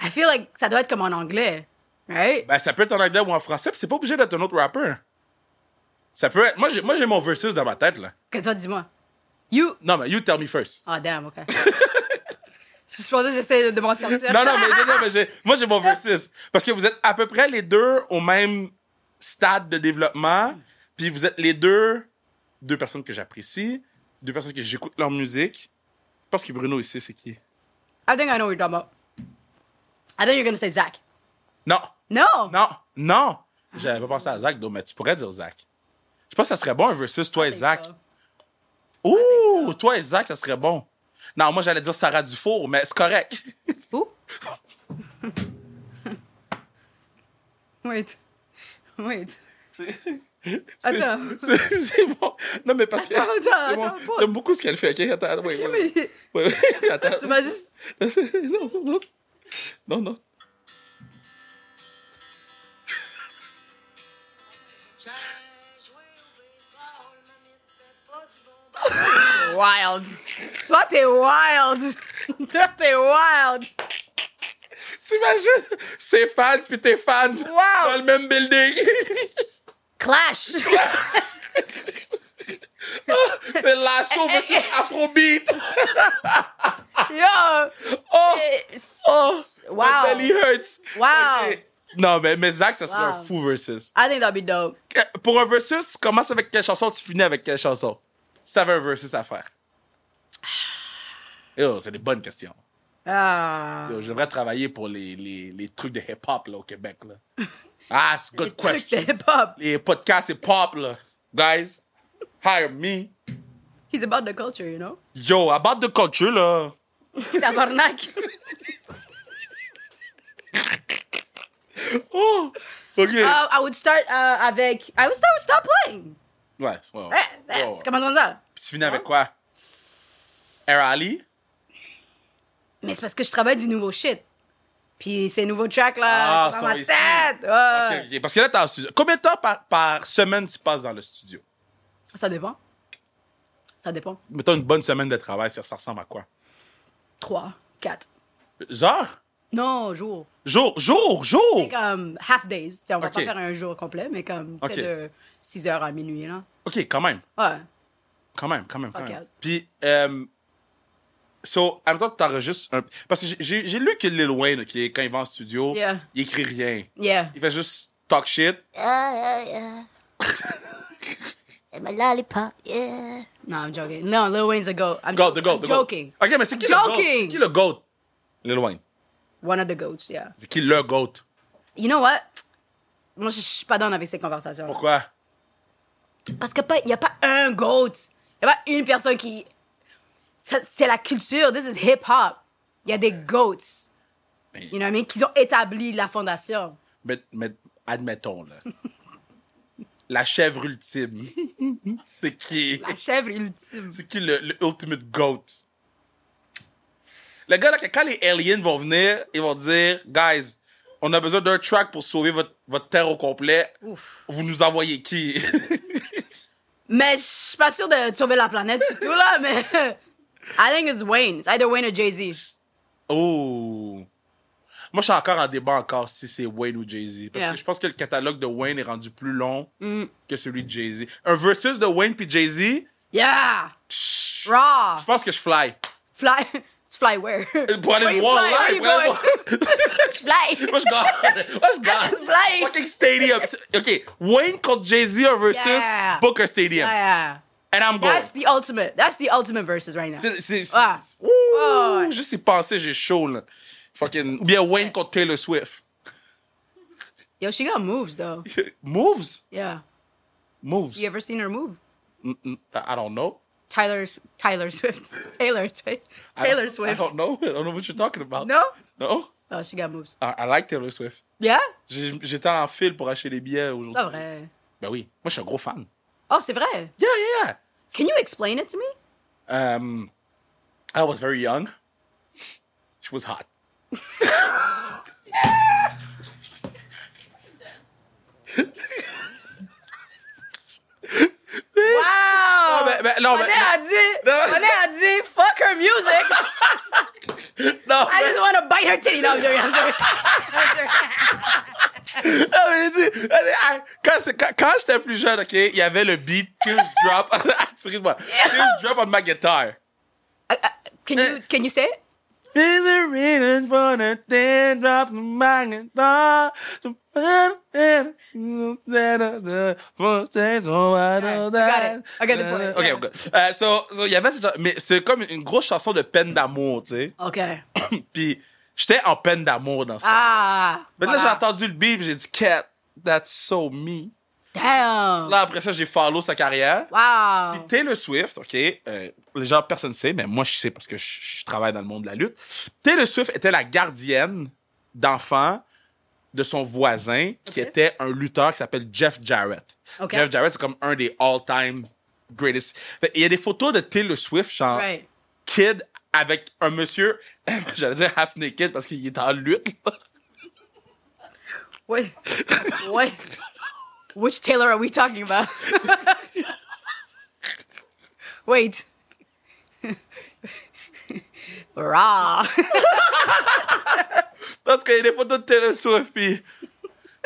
[SPEAKER 1] I feel like ça doit être comme en anglais, right?
[SPEAKER 2] Ben, ça peut être en anglais ou en français, puis c'est pas obligé d'être un autre rapper. Ça peut être. Moi, j'ai, moi, j'ai mon versus dans ma tête, là.
[SPEAKER 1] Que toi, dis-moi. You.
[SPEAKER 2] Non, mais you tell me first.
[SPEAKER 1] Ah, damn, ok. Je pensais que j'essayais de m'en sortir.
[SPEAKER 2] Non, non, mais, non, non, mais j'ai- moi, j'ai mon versus. Parce que vous êtes à peu près les deux au même stade de développement, puis vous êtes les deux, deux personnes que j'apprécie, deux personnes que j'écoute leur musique. Parce que Bruno ici, c'est qui?
[SPEAKER 1] I think I know what you're talking about. I think you're gonna say Zach.
[SPEAKER 2] Non,
[SPEAKER 1] No.
[SPEAKER 2] non, non! J'avais pas pensé à Zach, donc, mais tu pourrais dire Zach. Je pense que ça serait bon un versus, toi et Zach. Ouh, toi et Zach, ça serait bon. Non, moi, j'allais dire Sarah Dufour, mais c'est correct.
[SPEAKER 1] Who? Wait. Wait.
[SPEAKER 2] C'est-
[SPEAKER 1] Attends.
[SPEAKER 2] C'est c'est bon. Non, mais parce que.
[SPEAKER 1] Attends, attends,
[SPEAKER 2] c'est bon.
[SPEAKER 1] attends, pause.
[SPEAKER 2] J'aime beaucoup ce qu'elle fait. Ok, attends. Oui, oui.
[SPEAKER 1] Mais
[SPEAKER 2] oui, oui, attends.
[SPEAKER 1] tu m'as juste.
[SPEAKER 2] non, non, non. Non, non.
[SPEAKER 1] Wild. Toi, t'es wild. Toi, t'es wild.
[SPEAKER 2] T'imagines ses fans puis tes fans dans le même building.
[SPEAKER 1] Clash.
[SPEAKER 2] C'est
[SPEAKER 1] Eh,
[SPEAKER 2] l'assaut versus Afrobeat.
[SPEAKER 1] Yo. Eh,
[SPEAKER 2] Oh, oh.
[SPEAKER 1] Wow.
[SPEAKER 2] My belly hurts.
[SPEAKER 1] Wow.
[SPEAKER 2] Ok. Non, mais, mais Zach, ça serait
[SPEAKER 1] Wow.
[SPEAKER 2] un fou versus.
[SPEAKER 1] I think that'd be dope.
[SPEAKER 2] Euh, Pour un versus, tu commences avec quelle chanson, tu finis avec quelle chanson? Si t'avais un versus à faire. Yo, c'est des bonnes questions.
[SPEAKER 1] Ah.
[SPEAKER 2] Yo, je devrais travailler pour les, les, les trucs de hip-hop là, au Québec. Là. Ah, c'est good
[SPEAKER 1] Truc de
[SPEAKER 2] question.
[SPEAKER 1] hip-hop.
[SPEAKER 2] Les podcasts hip-hop, là. Guys, hire me.
[SPEAKER 1] He's about the culture, you know?
[SPEAKER 2] Yo, about the culture, là.
[SPEAKER 1] Tabarnak.
[SPEAKER 2] Oh, OK.
[SPEAKER 1] Uh, I would start uh, avec. I would start with Stop Playing.
[SPEAKER 2] ouais, c'est- ouais,
[SPEAKER 1] Ouais,
[SPEAKER 2] ouais. Ouais,
[SPEAKER 1] ouais,
[SPEAKER 2] ouais.
[SPEAKER 1] C'est comment comme ça.
[SPEAKER 2] Puis tu finis avec quoi? Air Ali?
[SPEAKER 1] Mais c'est parce que je travaille du nouveau shit. Puis ces nouveaux tracks là,
[SPEAKER 2] Ah,
[SPEAKER 1] c'est
[SPEAKER 2] sont
[SPEAKER 1] dans ma
[SPEAKER 2] ici.
[SPEAKER 1] tête. Ouais.
[SPEAKER 2] Ok, ok. Parce que là, t'es en studio. Combien de temps par, par semaine tu passes dans le studio?
[SPEAKER 1] Ça dépend. Ça dépend.
[SPEAKER 2] Mettons une bonne semaine de travail, ça, ça ressemble à quoi?
[SPEAKER 1] Trois, quatre.
[SPEAKER 2] Heures?
[SPEAKER 1] Non, jour.
[SPEAKER 2] Jour, jour, jour!
[SPEAKER 1] C'est comme half days. Tu sais, on va
[SPEAKER 2] Ok.
[SPEAKER 1] pas faire un jour complet, mais comme tu sais,
[SPEAKER 2] Ok.
[SPEAKER 1] de 6 heures à minuit là.
[SPEAKER 2] OK, quand même.
[SPEAKER 1] Ouais.
[SPEAKER 2] Quand même, quand même, quand
[SPEAKER 1] Ok.
[SPEAKER 2] même. Puis, euh, so, en même temps, t'enregistres un... Parce que j'ai- j'ai j'ai lu que Lil Wayne, OK, quand il va en studio,
[SPEAKER 1] Yeah.
[SPEAKER 2] il écrit rien.
[SPEAKER 1] Yeah.
[SPEAKER 2] Il fait juste talk shit.
[SPEAKER 3] yeah, yeah. and my lollipop, yeah.
[SPEAKER 1] No, I'm joking. No, Lil Wayne's a goat. I'm
[SPEAKER 2] Goat, the goat,
[SPEAKER 1] I'm
[SPEAKER 2] the goat.
[SPEAKER 1] joking.
[SPEAKER 2] OK, mais c'est qui le
[SPEAKER 1] Joking.
[SPEAKER 2] goat? Qui le goat? Lil Wayne.
[SPEAKER 1] One of the goats, yeah.
[SPEAKER 2] C'est qui le goat?
[SPEAKER 1] You know what? Moi, je suis pas down avec ces conversations.
[SPEAKER 2] Pourquoi?
[SPEAKER 1] Parce qu'il n'y a pas un GOAT. Il n'y a pas une personne qui. Ça, C'est la culture. This is hip-hop. Il y a des GOATs.
[SPEAKER 2] Mais-
[SPEAKER 1] You know what I mean? Qui ont établi la fondation.
[SPEAKER 2] Mais, mais admettons, là. La chèvre ultime. c'est qui?
[SPEAKER 1] La chèvre ultime.
[SPEAKER 2] C'est qui le, le ultimate goat? Le gars, là, que quand les aliens vont venir, ils vont dire Guys, on a besoin d'un track pour sauver votre, votre terre au complet.
[SPEAKER 1] Ouf.
[SPEAKER 2] Vous nous envoyez qui?
[SPEAKER 1] Mais je suis pas sûre de sauver la planète et tout, là, mais. I think it's Wayne. It's either Wayne or Jay-Z.
[SPEAKER 2] oh! Moi, je suis encore en débat encore si c'est Wayne ou Jay-Z. Parce
[SPEAKER 1] Yeah. Mm.
[SPEAKER 2] que je pense que le catalogue de Wayne est rendu plus long que celui de Jay-Z. Un versus de Wayne puis Jay-Z,
[SPEAKER 1] Yeah!
[SPEAKER 2] psh,
[SPEAKER 1] Raw!
[SPEAKER 2] je pense que je fly.
[SPEAKER 1] Fly. Tu fly where?
[SPEAKER 2] Pour
[SPEAKER 1] Where
[SPEAKER 2] aller le
[SPEAKER 1] you
[SPEAKER 2] voir
[SPEAKER 1] fly? Where
[SPEAKER 2] live,
[SPEAKER 1] you
[SPEAKER 2] pour
[SPEAKER 1] going?
[SPEAKER 2] aller le voir-
[SPEAKER 1] Fly!
[SPEAKER 2] Moi, je gagne. Moi, je gagne.
[SPEAKER 1] Flying.
[SPEAKER 2] Fucking stadium. OK. Wayne contre Jay-Z versus
[SPEAKER 1] Yeah.
[SPEAKER 2] Booker Stadium.
[SPEAKER 1] Yeah.
[SPEAKER 2] And I'm going.
[SPEAKER 1] That's the ultimate. That's the ultimate versus right now.
[SPEAKER 2] C'est, c'est, c'est-
[SPEAKER 1] Ah.
[SPEAKER 2] Ouh,
[SPEAKER 1] Ah ouais.
[SPEAKER 2] Juste y penser, j'ai chaud, là. Fucking... Ou bien Wayne contre Taylor Swift.
[SPEAKER 1] Yo, she got moves, though.
[SPEAKER 2] Moves?
[SPEAKER 1] Yeah.
[SPEAKER 2] Moves.
[SPEAKER 1] You ever seen her move?
[SPEAKER 2] Mm, mm, I I don't know.
[SPEAKER 1] Tyler, Tyler Swift, Taylor, Ta-
[SPEAKER 2] I
[SPEAKER 1] Taylor
[SPEAKER 2] don't- I
[SPEAKER 1] Swift.
[SPEAKER 2] don't know. I don't know what you're talking about.
[SPEAKER 1] No,
[SPEAKER 2] No?
[SPEAKER 1] oh, she got moves.
[SPEAKER 2] I, I like Taylor Swift.
[SPEAKER 1] Yeah,
[SPEAKER 2] J'ai- j'étais en file pour acheter les billets aujourd'hui.
[SPEAKER 1] pas vrai.
[SPEAKER 2] Ben oui. Moi, je suis un gros fan.
[SPEAKER 1] Oh, c'est vrai.
[SPEAKER 2] Yeah, yeah, yeah.
[SPEAKER 1] Can you explain it to me?
[SPEAKER 2] Um, I was very young. She was hot.
[SPEAKER 1] Wow!
[SPEAKER 2] Ah, Oh, mais- mais- non,
[SPEAKER 1] Monet
[SPEAKER 2] mais-
[SPEAKER 1] a dit,
[SPEAKER 2] Non.
[SPEAKER 1] Monet a dit, fuck her music.
[SPEAKER 2] Non,
[SPEAKER 1] I just want to bite her titty. Non, I'm joking, I'm joking.
[SPEAKER 2] non, mais je dis, allez, allez, quand, c'est- quand, quand j'étais plus jeune, OK, il y avait le beat Tears Drop. Attirez-moi. Tears Drop on ma guitare.
[SPEAKER 1] Uh, uh, Can you, can you say it?
[SPEAKER 2] Is there reason for the thin drops of my guitar? So,
[SPEAKER 1] I got it. I got the point.
[SPEAKER 2] Okay,
[SPEAKER 1] Yeah.
[SPEAKER 2] good. Euh, so, so, il y avait ce genre- mais c'est comme une grosse chanson de peine d'amour, tu
[SPEAKER 1] OK.
[SPEAKER 2] sais. Puis j'étais en peine d'amour dans ça.
[SPEAKER 1] Ah!
[SPEAKER 2] mais là,
[SPEAKER 1] voilà.
[SPEAKER 2] j'ai entendu le beat, j'ai dit, Cat, that's so me.
[SPEAKER 1] Damn!
[SPEAKER 2] Là, après ça, j'ai follow sa carrière.
[SPEAKER 1] Wow!
[SPEAKER 2] Taylor Swift, OK, euh, les gens, personne ne sait, mais moi, je sais parce que je, je travaille dans le monde de la lutte. Taylor Swift était la gardienne d'enfants de son voisin qui
[SPEAKER 1] OK.
[SPEAKER 2] était un lutteur qui s'appelle Jeff Jarrett.
[SPEAKER 1] OK.
[SPEAKER 2] Jeff Jarrett, c'est comme un des all-time greatest. Fait, Il y a des photos de Taylor Swift, genre
[SPEAKER 1] Right.
[SPEAKER 2] kid avec un monsieur, j'allais dire half naked parce qu'il est en lutte.
[SPEAKER 1] Wait. What? Which Taylor are we talking about? Wait. Rah!
[SPEAKER 2] Parce qu'il y a des photos de Taylor Swift puis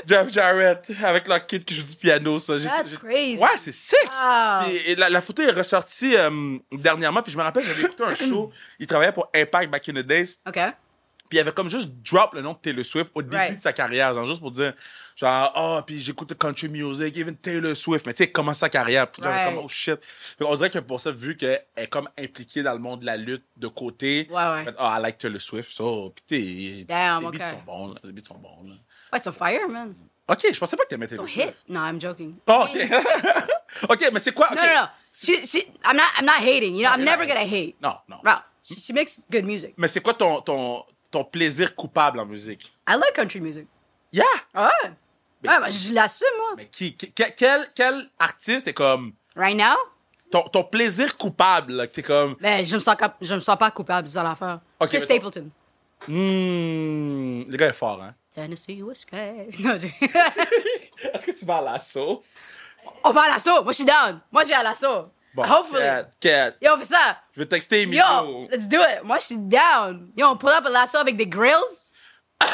[SPEAKER 2] Jeff Jarrett avec leur kid qui joue du piano, ça. J'ai-
[SPEAKER 1] That's
[SPEAKER 2] j'ai-
[SPEAKER 1] crazy. Ah.
[SPEAKER 2] Ouais, c'est sick.
[SPEAKER 1] Wow.
[SPEAKER 2] Puis, Et, la, la photo est ressortie euh, dernièrement, puis je me rappelle, j'avais écouté un show. Il travaillait pour Impact Back in the Days,
[SPEAKER 1] Okay.
[SPEAKER 2] puis il avait comme juste drop le nom de Taylor Swift au début
[SPEAKER 1] Right.
[SPEAKER 2] de sa carrière, genre juste pour dire, genre, oh, puis j'écoute le country music, even Taylor Swift, mais tu sais, comment sa carrière, puis genre,
[SPEAKER 1] Right.
[SPEAKER 2] comme, oh shit. Fait qu'on dirait que pour ça, vu qu'elle est comme impliquée dans le monde de la lutte de côté,
[SPEAKER 1] Ouais, ouais.
[SPEAKER 2] fait, oh, I like Taylor Swift, so, puis tu
[SPEAKER 1] Damn,
[SPEAKER 2] ses
[SPEAKER 1] ok.
[SPEAKER 2] beats sont bons, là, ses beats sont bons, là.
[SPEAKER 1] Why so fire, man?
[SPEAKER 2] Ok, je pensais pas que t'aimais
[SPEAKER 1] So
[SPEAKER 2] Taylor
[SPEAKER 1] hit.
[SPEAKER 2] Swift.
[SPEAKER 1] No, I'm joking.
[SPEAKER 2] Oh, ok. ok, mais c'est quoi? ok.
[SPEAKER 1] No, no, no. She, she, I'm not, I'm not hating. You know, I'm never gonna hate.
[SPEAKER 2] Non, non.
[SPEAKER 1] No. She, she makes good music.
[SPEAKER 2] Mais c'est quoi ton, ton, ton plaisir coupable en musique?
[SPEAKER 1] I like country music.
[SPEAKER 2] Yeah!
[SPEAKER 1] Ah Ouais. Ouais, bah, je l'assume, moi.
[SPEAKER 2] Mais qui, qui- que- quel, quel artiste est comme.
[SPEAKER 1] Right now,
[SPEAKER 2] Ton, ton plaisir coupable, là, que t'es comme.
[SPEAKER 1] ben, je me sens, cap- je me sens pas coupable de l'affaire.
[SPEAKER 2] Ok,
[SPEAKER 1] Chris
[SPEAKER 2] mais-
[SPEAKER 1] Stapleton.
[SPEAKER 2] Hmm. Le gars est fort, hein?
[SPEAKER 1] Tennessee whiskey. Non, je-
[SPEAKER 2] Est-ce que tu vas à l'assaut?
[SPEAKER 1] On va à l'assaut. Moi, je suis down. Moi, je vais à l'assaut. Hopefully.
[SPEAKER 2] Kat, Kat,
[SPEAKER 1] Yo, on fait ça.
[SPEAKER 2] je vais texter Emilio.
[SPEAKER 1] Yo, let's do it. Moi, je suis down. Yo, on pull up à l'assaut avec des grills. Yo!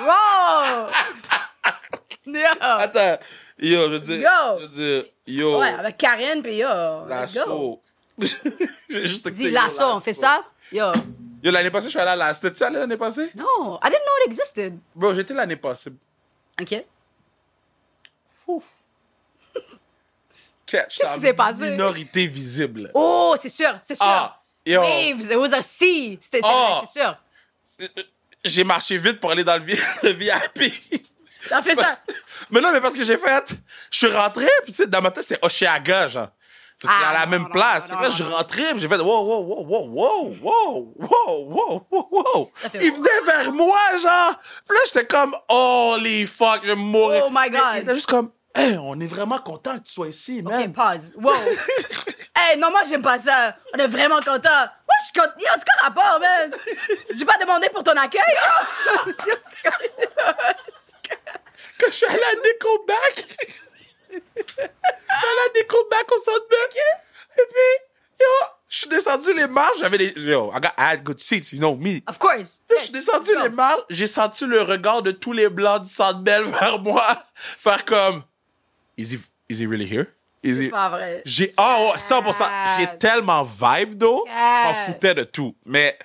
[SPEAKER 1] Wow! Yo!
[SPEAKER 2] Attends. Yo, je veux dire.
[SPEAKER 1] Yo.
[SPEAKER 2] Je veux dire. Yo.
[SPEAKER 1] Ouais, avec Karine, puis yo. let's go.
[SPEAKER 2] l'assaut. J'ai juste texté.
[SPEAKER 1] Dis
[SPEAKER 2] yo,
[SPEAKER 1] l'assaut, on fait ça? Yo.
[SPEAKER 2] Yo, l'année passée, je suis allé à l'assaut. T'es-tu allé l'année passée?
[SPEAKER 1] No, I didn't know it existed.
[SPEAKER 2] Bro, j'étais l'année passée.
[SPEAKER 1] OK.
[SPEAKER 2] Ouf. Catch.
[SPEAKER 1] Qu'est-ce qui s'est passé?
[SPEAKER 2] Minorité visible.
[SPEAKER 1] Oh, c'est sûr, c'est sûr.
[SPEAKER 2] Ah, yo.
[SPEAKER 1] Waves, it was a sea. C'était c'est
[SPEAKER 2] Ah.
[SPEAKER 1] vrai, c'est sûr.
[SPEAKER 2] J'ai marché vite pour aller dans le, vi- le VIP.
[SPEAKER 1] Ça fait ça.
[SPEAKER 2] mais non, mais parce que j'ai fait. Je suis rentré, puis tu sais, dans ma tête, c'est Oshiaga, genre. Parce que c'est
[SPEAKER 1] Ah,
[SPEAKER 2] à la
[SPEAKER 1] non,
[SPEAKER 2] même
[SPEAKER 1] non, non,
[SPEAKER 2] place. Fait que là,
[SPEAKER 1] non,
[SPEAKER 2] je
[SPEAKER 1] non.
[SPEAKER 2] rentrais, puis j'ai fait wow, wow, wow, wow, wow, wow, wow, wow, wow, wow.
[SPEAKER 1] Ça fait
[SPEAKER 2] Il
[SPEAKER 1] wow.
[SPEAKER 2] venait vers moi, genre. Puis là, j'étais comme, holy fuck, je mourrais.
[SPEAKER 1] Oh my God.
[SPEAKER 2] Il était juste comme, hey, on est vraiment content que tu sois ici, man.
[SPEAKER 1] OK, pause. Wow. hey, non, moi, j'aime pas ça. On est vraiment contents. Moi, je suis content. Yo, c'est quoi le rapport, man? J'ai pas demandé pour ton accueil. yo. Yo, c'est quoi-
[SPEAKER 2] que je suis allé à Nickelback. je suis allé à Nickelback au centre Bell. Et puis, yo, je suis descendu les marches. J'avais les. Yo, I, got, I had good seats, you know me.
[SPEAKER 1] of course.
[SPEAKER 2] Je suis descendu
[SPEAKER 1] Go.
[SPEAKER 2] les marches, j'ai senti le regard de tous les blancs du centre Bell vers moi. Faire comme. Is he, is he really here? Is he.
[SPEAKER 1] Pas vrai.
[SPEAKER 2] J'ai. Oh, ouais, 100%. J'ai tellement vibe, though. Je m'en
[SPEAKER 1] God.
[SPEAKER 2] foutais de tout. Mais.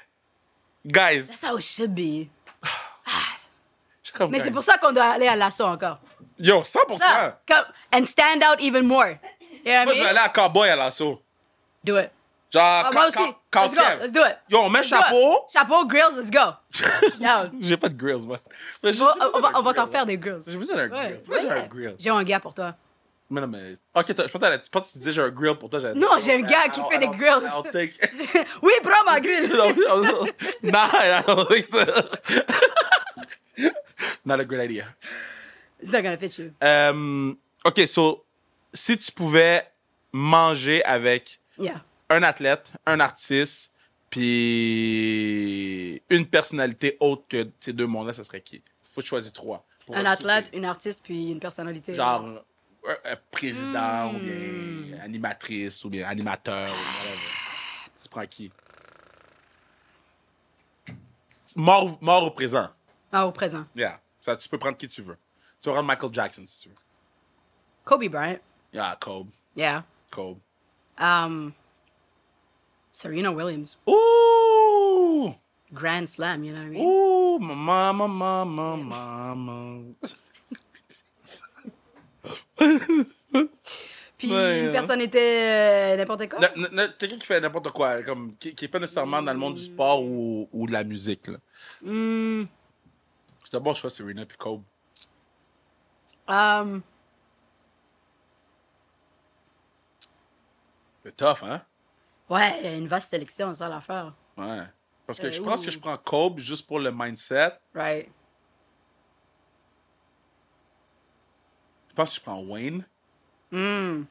[SPEAKER 2] Guys.
[SPEAKER 1] That's how it should be.
[SPEAKER 2] je suis comme,
[SPEAKER 1] Mais
[SPEAKER 2] guys.
[SPEAKER 1] c'est pour ça qu'on doit aller à l'assaut encore.
[SPEAKER 2] Yo, 100%.
[SPEAKER 1] Ça, comme, and stand out even more. You know what
[SPEAKER 2] Moi, je
[SPEAKER 1] I
[SPEAKER 2] vais
[SPEAKER 1] mean?
[SPEAKER 2] aller à Cowboy à l'assaut.
[SPEAKER 1] Do it.
[SPEAKER 2] Genre,
[SPEAKER 1] Ah,
[SPEAKER 2] quand-
[SPEAKER 1] moi aussi.
[SPEAKER 2] quand-
[SPEAKER 1] let's
[SPEAKER 2] quand
[SPEAKER 1] go.
[SPEAKER 2] Kev-
[SPEAKER 1] Let's do it.
[SPEAKER 2] Yo, on met
[SPEAKER 1] Let's do
[SPEAKER 2] chapeau.
[SPEAKER 1] it. Chapeau, grills, let's go. Yo.
[SPEAKER 2] J'ai pas de grills, moi.
[SPEAKER 1] Bon,
[SPEAKER 2] J'ai juste
[SPEAKER 1] on
[SPEAKER 2] besoin
[SPEAKER 1] va,
[SPEAKER 2] d'un
[SPEAKER 1] on va
[SPEAKER 2] grill.
[SPEAKER 1] t'en faire des grills.
[SPEAKER 2] J'ai besoin d'un
[SPEAKER 1] Ouais.
[SPEAKER 2] grill. Pourquoi j'ai un grill?
[SPEAKER 1] J'ai un gars pour toi.
[SPEAKER 2] Mais non, mais. Ok, t'as- je pensais que t'allais- je pensais que tu disais j'ai un grill pour toi. j'allais dire,
[SPEAKER 1] Non,
[SPEAKER 2] oh,
[SPEAKER 1] j'ai un
[SPEAKER 2] I-
[SPEAKER 1] gars
[SPEAKER 2] I
[SPEAKER 1] qui
[SPEAKER 2] don't-
[SPEAKER 1] fait
[SPEAKER 2] I
[SPEAKER 1] des
[SPEAKER 2] don't-
[SPEAKER 1] grills.
[SPEAKER 2] I don't think.
[SPEAKER 1] oui, prends ma grille.
[SPEAKER 2] Non, non, non, I don't think so. Not a great idea.
[SPEAKER 1] It's not gonna fit you.
[SPEAKER 2] Euh, ok, so, si tu pouvais manger avec
[SPEAKER 1] Yeah.
[SPEAKER 2] un athlète, un artiste, Puis une personnalité autre que ces deux mondes-là, ça serait qui? Faut choisir trois. pour
[SPEAKER 1] Un
[SPEAKER 2] souper.
[SPEAKER 1] athlète, une artiste, puis une personnalité.
[SPEAKER 2] Genre euh, euh, président ou bien animatrice ou bien animateur. Ou whatever. Tu prends qui? Mort, mort au présent.
[SPEAKER 1] Ah, au présent.
[SPEAKER 2] Yeah. Ça, tu peux prendre qui tu veux. Tu vas prendre Michael Jackson si tu veux.
[SPEAKER 1] Kobe Bryant.
[SPEAKER 2] Yeah, Kobe.
[SPEAKER 1] Yeah.
[SPEAKER 2] Kobe.
[SPEAKER 1] Um, Serena Williams.
[SPEAKER 2] Ouh!
[SPEAKER 1] Grand Slam, you know what I mean?
[SPEAKER 2] Oh, Ouh, maman, maman, maman, maman.
[SPEAKER 1] Puis
[SPEAKER 2] Ouais,
[SPEAKER 1] une
[SPEAKER 2] hein.
[SPEAKER 1] personnalité euh, n'importe quoi.
[SPEAKER 2] Ne- ne- ne- Quelqu'un qui fait n'importe quoi, comme, qui, qui est pas nécessairement dans le monde du sport ou, ou de la musique. là.
[SPEAKER 1] Hmm,
[SPEAKER 2] C'est un bon choix, Serena puis Kobe.
[SPEAKER 1] um,
[SPEAKER 2] C'est tough, hein?
[SPEAKER 1] ouais, il y a une vaste sélection, ça l'affaire.
[SPEAKER 2] Ouais. Parce que
[SPEAKER 1] Euh,
[SPEAKER 2] je pense
[SPEAKER 1] ouh.
[SPEAKER 2] que je prends Kobe juste pour le mindset.
[SPEAKER 1] Right.
[SPEAKER 2] Je pense que je prends Wayne
[SPEAKER 1] Hmm.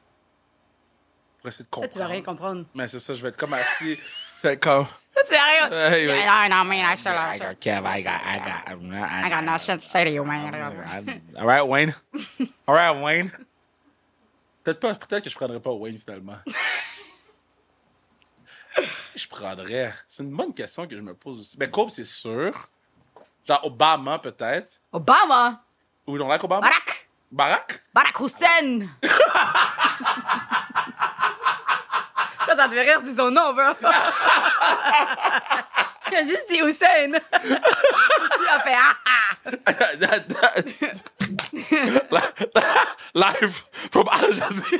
[SPEAKER 2] pour essayer de
[SPEAKER 1] Toi,
[SPEAKER 2] comprendre.
[SPEAKER 1] tu vas rien comprendre.
[SPEAKER 2] Mais c'est ça, je vais être comme assis. fait comme.
[SPEAKER 1] Toi, tu vas rien.
[SPEAKER 4] Eh,
[SPEAKER 2] Hey,
[SPEAKER 1] Yeah,
[SPEAKER 2] ouais.
[SPEAKER 1] I know, man, I should- I
[SPEAKER 4] I
[SPEAKER 1] should-
[SPEAKER 4] got Kev. I got. I got. I'm not, I
[SPEAKER 1] I got no shit to say to you, man.
[SPEAKER 4] I'm-
[SPEAKER 2] All right, Wayne. All right, Wayne. Peut-être pas, peut-être que je prendrais pas Wayne finalement. je prendrais. C'est une bonne question que je me pose aussi. Mais Kobe, c'est sûr. Genre Obama, peut-être.
[SPEAKER 1] Obama!
[SPEAKER 2] Ou Barack Obama.
[SPEAKER 1] Barack!
[SPEAKER 2] Barack?
[SPEAKER 1] Barack Hussein! Là, ça te fait rire, c'est son nom, bro. Il a juste dit Hussein. Il a fait ah ah!
[SPEAKER 2] Live from Al Jazeera.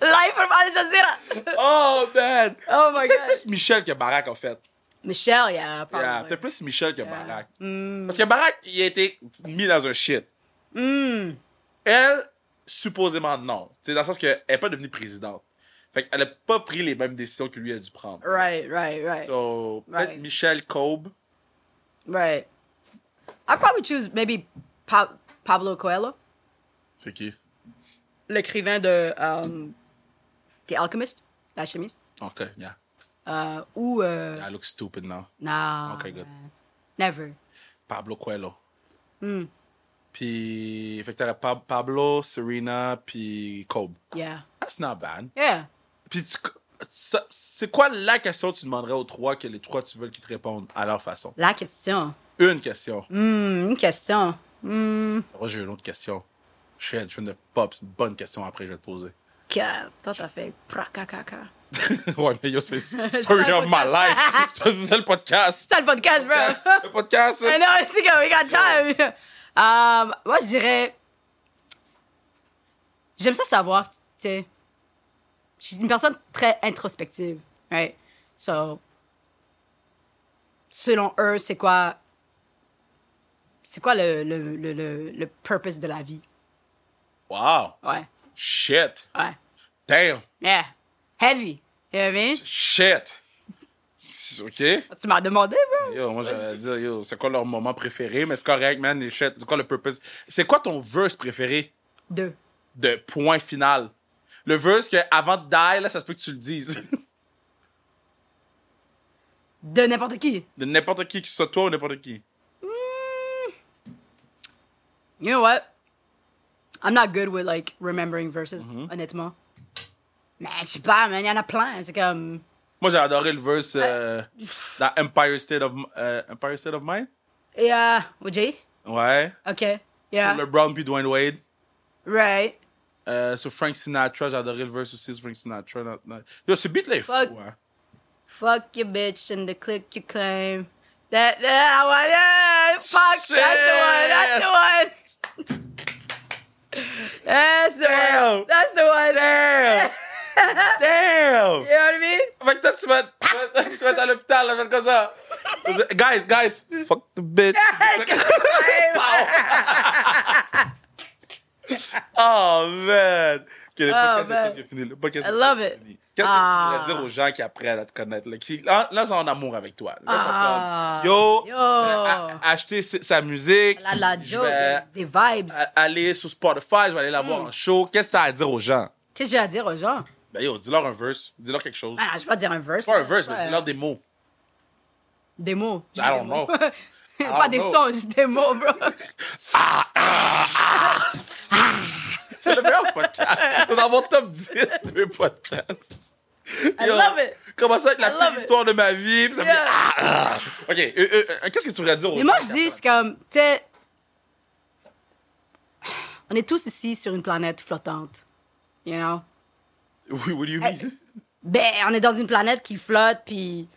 [SPEAKER 1] Live from Al Jazeera!
[SPEAKER 2] Oh, man.
[SPEAKER 1] Oh my
[SPEAKER 2] Peut-être
[SPEAKER 1] god!
[SPEAKER 2] plus Michel que Barack, en fait.
[SPEAKER 1] Michelle, yeah, probably.
[SPEAKER 2] Yeah, Peut-être plus Michel que Barack.
[SPEAKER 1] Mm,
[SPEAKER 2] Parce que Barack, il a été mis dans un shit.
[SPEAKER 1] mm,
[SPEAKER 2] Elle, supposément non. C'est dans le sens qu'elle n'est pas devenue présidente. Fait qu'elle n'a pas pris les mêmes décisions que lui a dû prendre.
[SPEAKER 1] right, right, right,
[SPEAKER 2] So, peut-être
[SPEAKER 1] Right.
[SPEAKER 2] Michel Cobb.
[SPEAKER 1] right. I'd probably choose maybe pa- Pablo Coelho,
[SPEAKER 2] C'est qui?
[SPEAKER 1] l'écrivain de um, The Alchemist, l'alchimiste,
[SPEAKER 2] Ok, yeah.
[SPEAKER 1] euh, ou euh,
[SPEAKER 2] I look stupid now.
[SPEAKER 1] nah,
[SPEAKER 2] Okay, good.
[SPEAKER 1] man. never.
[SPEAKER 2] Pablo Coelho.
[SPEAKER 1] Mm,
[SPEAKER 2] Puis, fait que t'aurais Pa- Pablo, Serena, puis Cobb.
[SPEAKER 1] yeah,
[SPEAKER 2] That's not bad.
[SPEAKER 1] yeah.
[SPEAKER 2] Puis, tu- ça- c'est quoi la question que tu demanderais aux trois que les trois tu veux qu'ils te répondent à leur façon?
[SPEAKER 1] La question.
[SPEAKER 2] Une question.
[SPEAKER 1] Hmm, une question. Hmm,
[SPEAKER 2] Moi, j'ai une autre question. Shit, je viens de pop. C'est une bonne question après, je vais te poser.
[SPEAKER 1] que- toi t'as fait prakakaka.
[SPEAKER 2] ouais, mais yo, c'est Story
[SPEAKER 1] un
[SPEAKER 2] of my
[SPEAKER 1] podcast.
[SPEAKER 2] life. C'est ça le podcast.
[SPEAKER 1] C'est ça le podcast, bro.
[SPEAKER 2] Le podcast.
[SPEAKER 1] I know, it's going, we got time. Um, moi, je dirais. J'aime ça savoir, tu sais. Je suis une personne très introspective, right? So. Selon eux, c'est quoi. C'est quoi le, le, le, le, le purpose de la vie?
[SPEAKER 2] Wow.
[SPEAKER 1] Ouais,
[SPEAKER 2] Shit.
[SPEAKER 1] ouais.
[SPEAKER 2] Damn.
[SPEAKER 1] Yeah. Heavy. You know what I mean?
[SPEAKER 2] Shit. C'est- OK.
[SPEAKER 1] Tu m'as demandé, bro?
[SPEAKER 2] Yo, moi, j'allais dire, yo, c'est quoi leur moment préféré? Mais c'est correct, man. les Shit. C'est quoi le purpose? C'est quoi ton verse préféré
[SPEAKER 1] Deux.
[SPEAKER 2] de point final? Le verse que avant de die, là, ça se peut que tu le dises.
[SPEAKER 1] De n'importe qui.
[SPEAKER 2] de n'importe qui, que ce soit toi ou n'importe qui.
[SPEAKER 1] You know what? I'm not good with like remembering verses,
[SPEAKER 2] Mm-hmm.
[SPEAKER 1] honnêtement. Mais je sais pas, man, il y en a plein. C'est comme.
[SPEAKER 2] Moi, j'ai adoré le verse euh, dans Empire State of, euh, Empire State of Mind.
[SPEAKER 1] Et euh. OJ?
[SPEAKER 2] Ouais.
[SPEAKER 1] Ok. Yeah.
[SPEAKER 2] Le Brown puis Dwayne Wade.
[SPEAKER 1] Right.
[SPEAKER 2] Euh, sur Frank Sinatra, j'ai adoré le verse aussi sur Frank Sinatra. Non, non. Yo, ce beat-là est fou,
[SPEAKER 1] Fuck.
[SPEAKER 2] hein.
[SPEAKER 1] Fuck your bitch and the click you claim. That, that one, yeah, fuck, that's the one, that's the one.
[SPEAKER 2] Damn.
[SPEAKER 1] That's the one, that's
[SPEAKER 2] Damn! Damn!
[SPEAKER 1] the one. You know what I mean?
[SPEAKER 2] Fait que toi, tu vas,
[SPEAKER 1] Ah!
[SPEAKER 2] tu vas- tu vas être à l'hôpital, là, faire comme ça. Guys, guys, fuck the bitch. Oh, man! Ok,
[SPEAKER 1] Oh,
[SPEAKER 2] le podcast est
[SPEAKER 1] man.
[SPEAKER 2] presque fini. Le podcast est
[SPEAKER 1] I love
[SPEAKER 2] presque
[SPEAKER 1] it.
[SPEAKER 2] fini. Qu'est-ce
[SPEAKER 1] Ah.
[SPEAKER 2] que tu voudrais dire aux gens qui apprennent à te connaître? Là, qui, là, là, ils sont en amour avec toi. Là, ils sont
[SPEAKER 1] Ah.
[SPEAKER 2] comme, yo,
[SPEAKER 1] Yo.
[SPEAKER 2] a- a- acheter sa sa musique.
[SPEAKER 1] La la
[SPEAKER 2] Je
[SPEAKER 1] joke,
[SPEAKER 2] vais-
[SPEAKER 1] des vibes. Mm.
[SPEAKER 2] à- aller sur Spotify, je vais aller la voir en show. Qu'est-ce que t'as à dire aux gens?
[SPEAKER 1] Qu'est-ce que j'ai à dire aux gens?
[SPEAKER 2] Ben yo, dis-leur un verse. Dis-leur quelque chose.
[SPEAKER 1] Ah, je vais pas dire un verse.
[SPEAKER 2] Pas un verse, mais
[SPEAKER 1] Ouais.
[SPEAKER 2] dis-leur des mots.
[SPEAKER 1] Des mots.
[SPEAKER 2] I
[SPEAKER 1] Juste
[SPEAKER 2] don't
[SPEAKER 1] des mots.
[SPEAKER 2] know. I
[SPEAKER 1] pas
[SPEAKER 2] don't
[SPEAKER 1] des
[SPEAKER 2] know.
[SPEAKER 1] sons, juste des mots, bro.
[SPEAKER 2] C'est le meilleur podcast. C'est dans mon top 10 de podcasts.
[SPEAKER 1] I love it.
[SPEAKER 2] Comment ça, être la
[SPEAKER 1] I love
[SPEAKER 2] pire
[SPEAKER 1] it.
[SPEAKER 2] histoire de ma vie? puis ça me dit,
[SPEAKER 1] Yeah.
[SPEAKER 2] ah, ah. OK, euh, euh, euh, qu'est-ce que tu voudrais dire aux
[SPEAKER 1] Mais moi,
[SPEAKER 2] gens
[SPEAKER 1] je dis, c'est comme, tu sais, on est tous ici sur une planète flottante. You know?
[SPEAKER 2] Oui, what do you mean?
[SPEAKER 1] Ben, on est dans une planète qui flotte, puis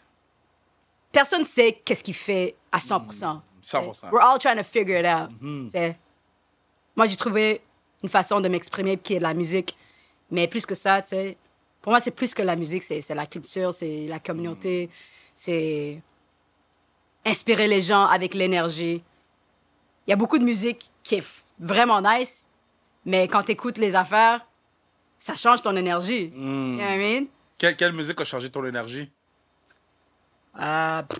[SPEAKER 1] personne sait qu'est-ce qu'il fait à 100%.
[SPEAKER 2] Hmm, 100%.
[SPEAKER 1] We're all trying to figure it out.
[SPEAKER 2] Mm-hmm.
[SPEAKER 1] C'est- Moi, j'ai trouvé une façon de m'exprimer qui est de la musique. Mais plus que ça, tu sais, pour moi, c'est plus que la musique, c'est c'est la culture, c'est la
[SPEAKER 2] Mm.
[SPEAKER 1] communauté, c'est inspirer les gens avec l'énergie. Il y a beaucoup de musique qui est f- vraiment nice, mais quand tu écoutes les affaires, ça change ton énergie.
[SPEAKER 2] Mm.
[SPEAKER 1] You know what I mean?
[SPEAKER 2] Quelle, quelle musique a changé ton énergie?
[SPEAKER 1] Euh, pff.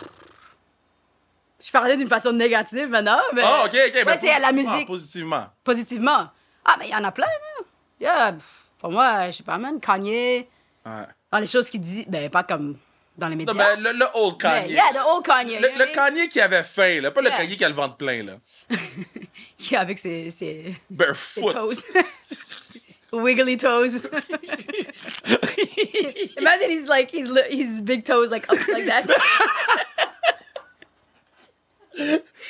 [SPEAKER 1] je parlais d'une façon négative maintenant, mais.
[SPEAKER 2] Ah, OK, OK. ben,
[SPEAKER 1] Ouais, tu sais, la
[SPEAKER 2] positivement,
[SPEAKER 1] musique,
[SPEAKER 2] Positivement.
[SPEAKER 1] positivement. Ah, mais il y en a plein, là. Yeah, pff, pour moi, je sais pas, man. Kanye,
[SPEAKER 2] Ouais.
[SPEAKER 1] dans les choses qu'il dit, ben, pas comme dans les médias.
[SPEAKER 2] Non, mais le, le old
[SPEAKER 1] mais
[SPEAKER 2] Kanye.
[SPEAKER 1] yeah, the old Kanye. you
[SPEAKER 2] le, le
[SPEAKER 1] know what I mean?
[SPEAKER 2] Kanye qui avait faim, là. Pas le
[SPEAKER 1] Yeah.
[SPEAKER 2] Kanye qui a le ventre plein, là.
[SPEAKER 1] Qui, avec ses, ses, ses
[SPEAKER 2] Barefoot.
[SPEAKER 1] toes. Wiggly toes. Imagine he's like, he's, li- his big toes, like, up like that.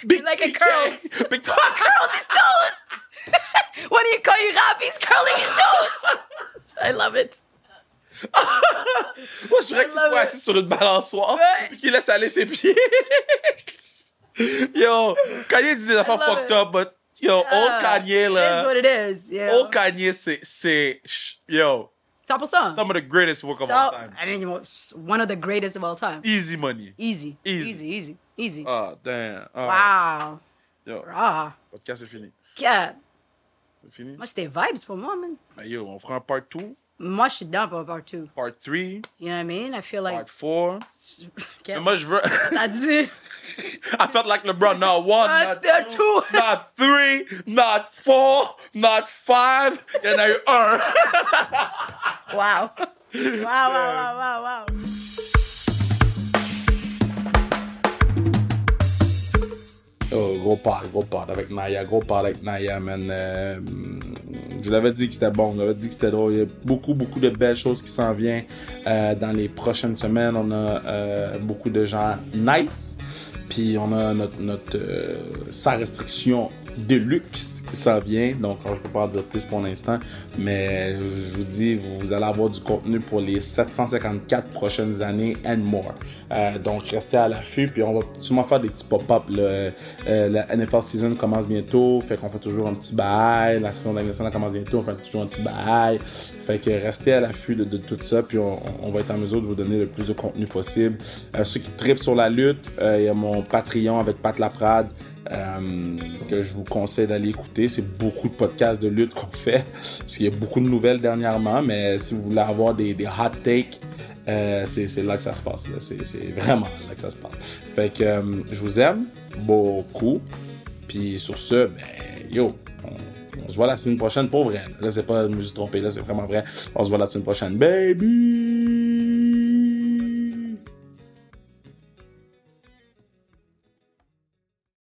[SPEAKER 2] Big
[SPEAKER 1] Like a
[SPEAKER 2] TK.
[SPEAKER 1] curls.
[SPEAKER 2] Big
[SPEAKER 1] curls his toes. what do you call you rap? He's curling his toes. I love it.
[SPEAKER 2] Moi, je
[SPEAKER 1] I
[SPEAKER 2] voudrais qu'il
[SPEAKER 1] love
[SPEAKER 2] soit
[SPEAKER 1] it.
[SPEAKER 2] assis sur une balançoire
[SPEAKER 1] Ouais.
[SPEAKER 2] puis qu'il laisse aller ses pieds. yo, Kanye dit des affaires
[SPEAKER 1] love
[SPEAKER 2] fucked
[SPEAKER 1] it.
[SPEAKER 2] up, but yo, old
[SPEAKER 1] Uh,
[SPEAKER 2] Kanye,
[SPEAKER 1] It is what
[SPEAKER 2] là.
[SPEAKER 1] it is. Yeah.
[SPEAKER 2] Old Kanye, c'est- c'est. ch- Yo,
[SPEAKER 1] 100%.
[SPEAKER 2] some of the greatest work of
[SPEAKER 1] So,
[SPEAKER 2] all time.
[SPEAKER 1] I mean, you know, it's one of the greatest of all time.
[SPEAKER 2] Easy money.
[SPEAKER 1] Easy.
[SPEAKER 2] E- Easy.
[SPEAKER 1] Easy. Easy. Easy.
[SPEAKER 2] Ah, damn. Ah,
[SPEAKER 1] Wow.
[SPEAKER 2] Yo, le
[SPEAKER 1] Raw.
[SPEAKER 2] podcast, c'est fini.
[SPEAKER 1] Yeah.
[SPEAKER 2] C'est fini.
[SPEAKER 1] Moi, c'était vibes pour moi, man.
[SPEAKER 2] Mais yo, on fera un part 2,
[SPEAKER 1] Moi, je suis down pour part two.
[SPEAKER 2] part 3,
[SPEAKER 1] You know what I mean? I feel
[SPEAKER 2] part
[SPEAKER 1] like.
[SPEAKER 2] 4.
[SPEAKER 1] Okay.
[SPEAKER 2] Mais moi, je veux.
[SPEAKER 1] T'as dit.
[SPEAKER 2] I felt like LeBron, not one,
[SPEAKER 1] Not
[SPEAKER 2] not,
[SPEAKER 1] there,
[SPEAKER 2] two,
[SPEAKER 1] two.
[SPEAKER 2] not three, not four, not five. Il y en a eu un.
[SPEAKER 1] Wow. Wow, wow, wow, wow, wow.
[SPEAKER 2] Oh, gros pod, gros pod avec Naya, gros pod avec Naya, man. Euh, mm, je l'avais dit que c'était bon, je l'avais dit que c'était drôle. Il y a beaucoup, beaucoup de belles choses qui s'en viennent euh, dans les prochaines semaines. On a euh, beaucoup de gens nice. Puis on a notre, notre euh, sans restriction deluxe qui s'en vient. Donc je peux pas en dire plus pour l'instant. Mais je vous dis, vous, vous allez avoir du contenu pour les 754 prochaines années and more. Euh, donc restez à l'affût. Puis on va sûrement faire des petits pop-up. là. Euh, euh, la NFL season commence bientôt. Fait qu'on fait toujours un petit bail. La saison de la NFL commence bientôt. On fait toujours un petit bail. Fait que restez à l'affût de, de tout ça. Puis on, on va être en mesure de vous donner le plus de contenu possible. Euh, ceux qui tripent sur la lutte, euh, il y a mon Patreon avec Pat Laprade. euh, que je vous conseille d'aller écouter. C'est beaucoup de podcasts de lutte qu'on fait, parce qu'il y a beaucoup de nouvelles dernièrement, mais si vous voulez avoir des, des hot takes, euh, c'est c'est là que ça se passe. là. C'est c'est vraiment là que ça se passe. Fait que euh, je vous aime beaucoup. Puis sur ce, ben, yo, on, on se voit la semaine prochaine pour vrai. Là, c'est pas, je me suis trompé, là, c'est vraiment vrai. On se voit la semaine prochaine. Baby!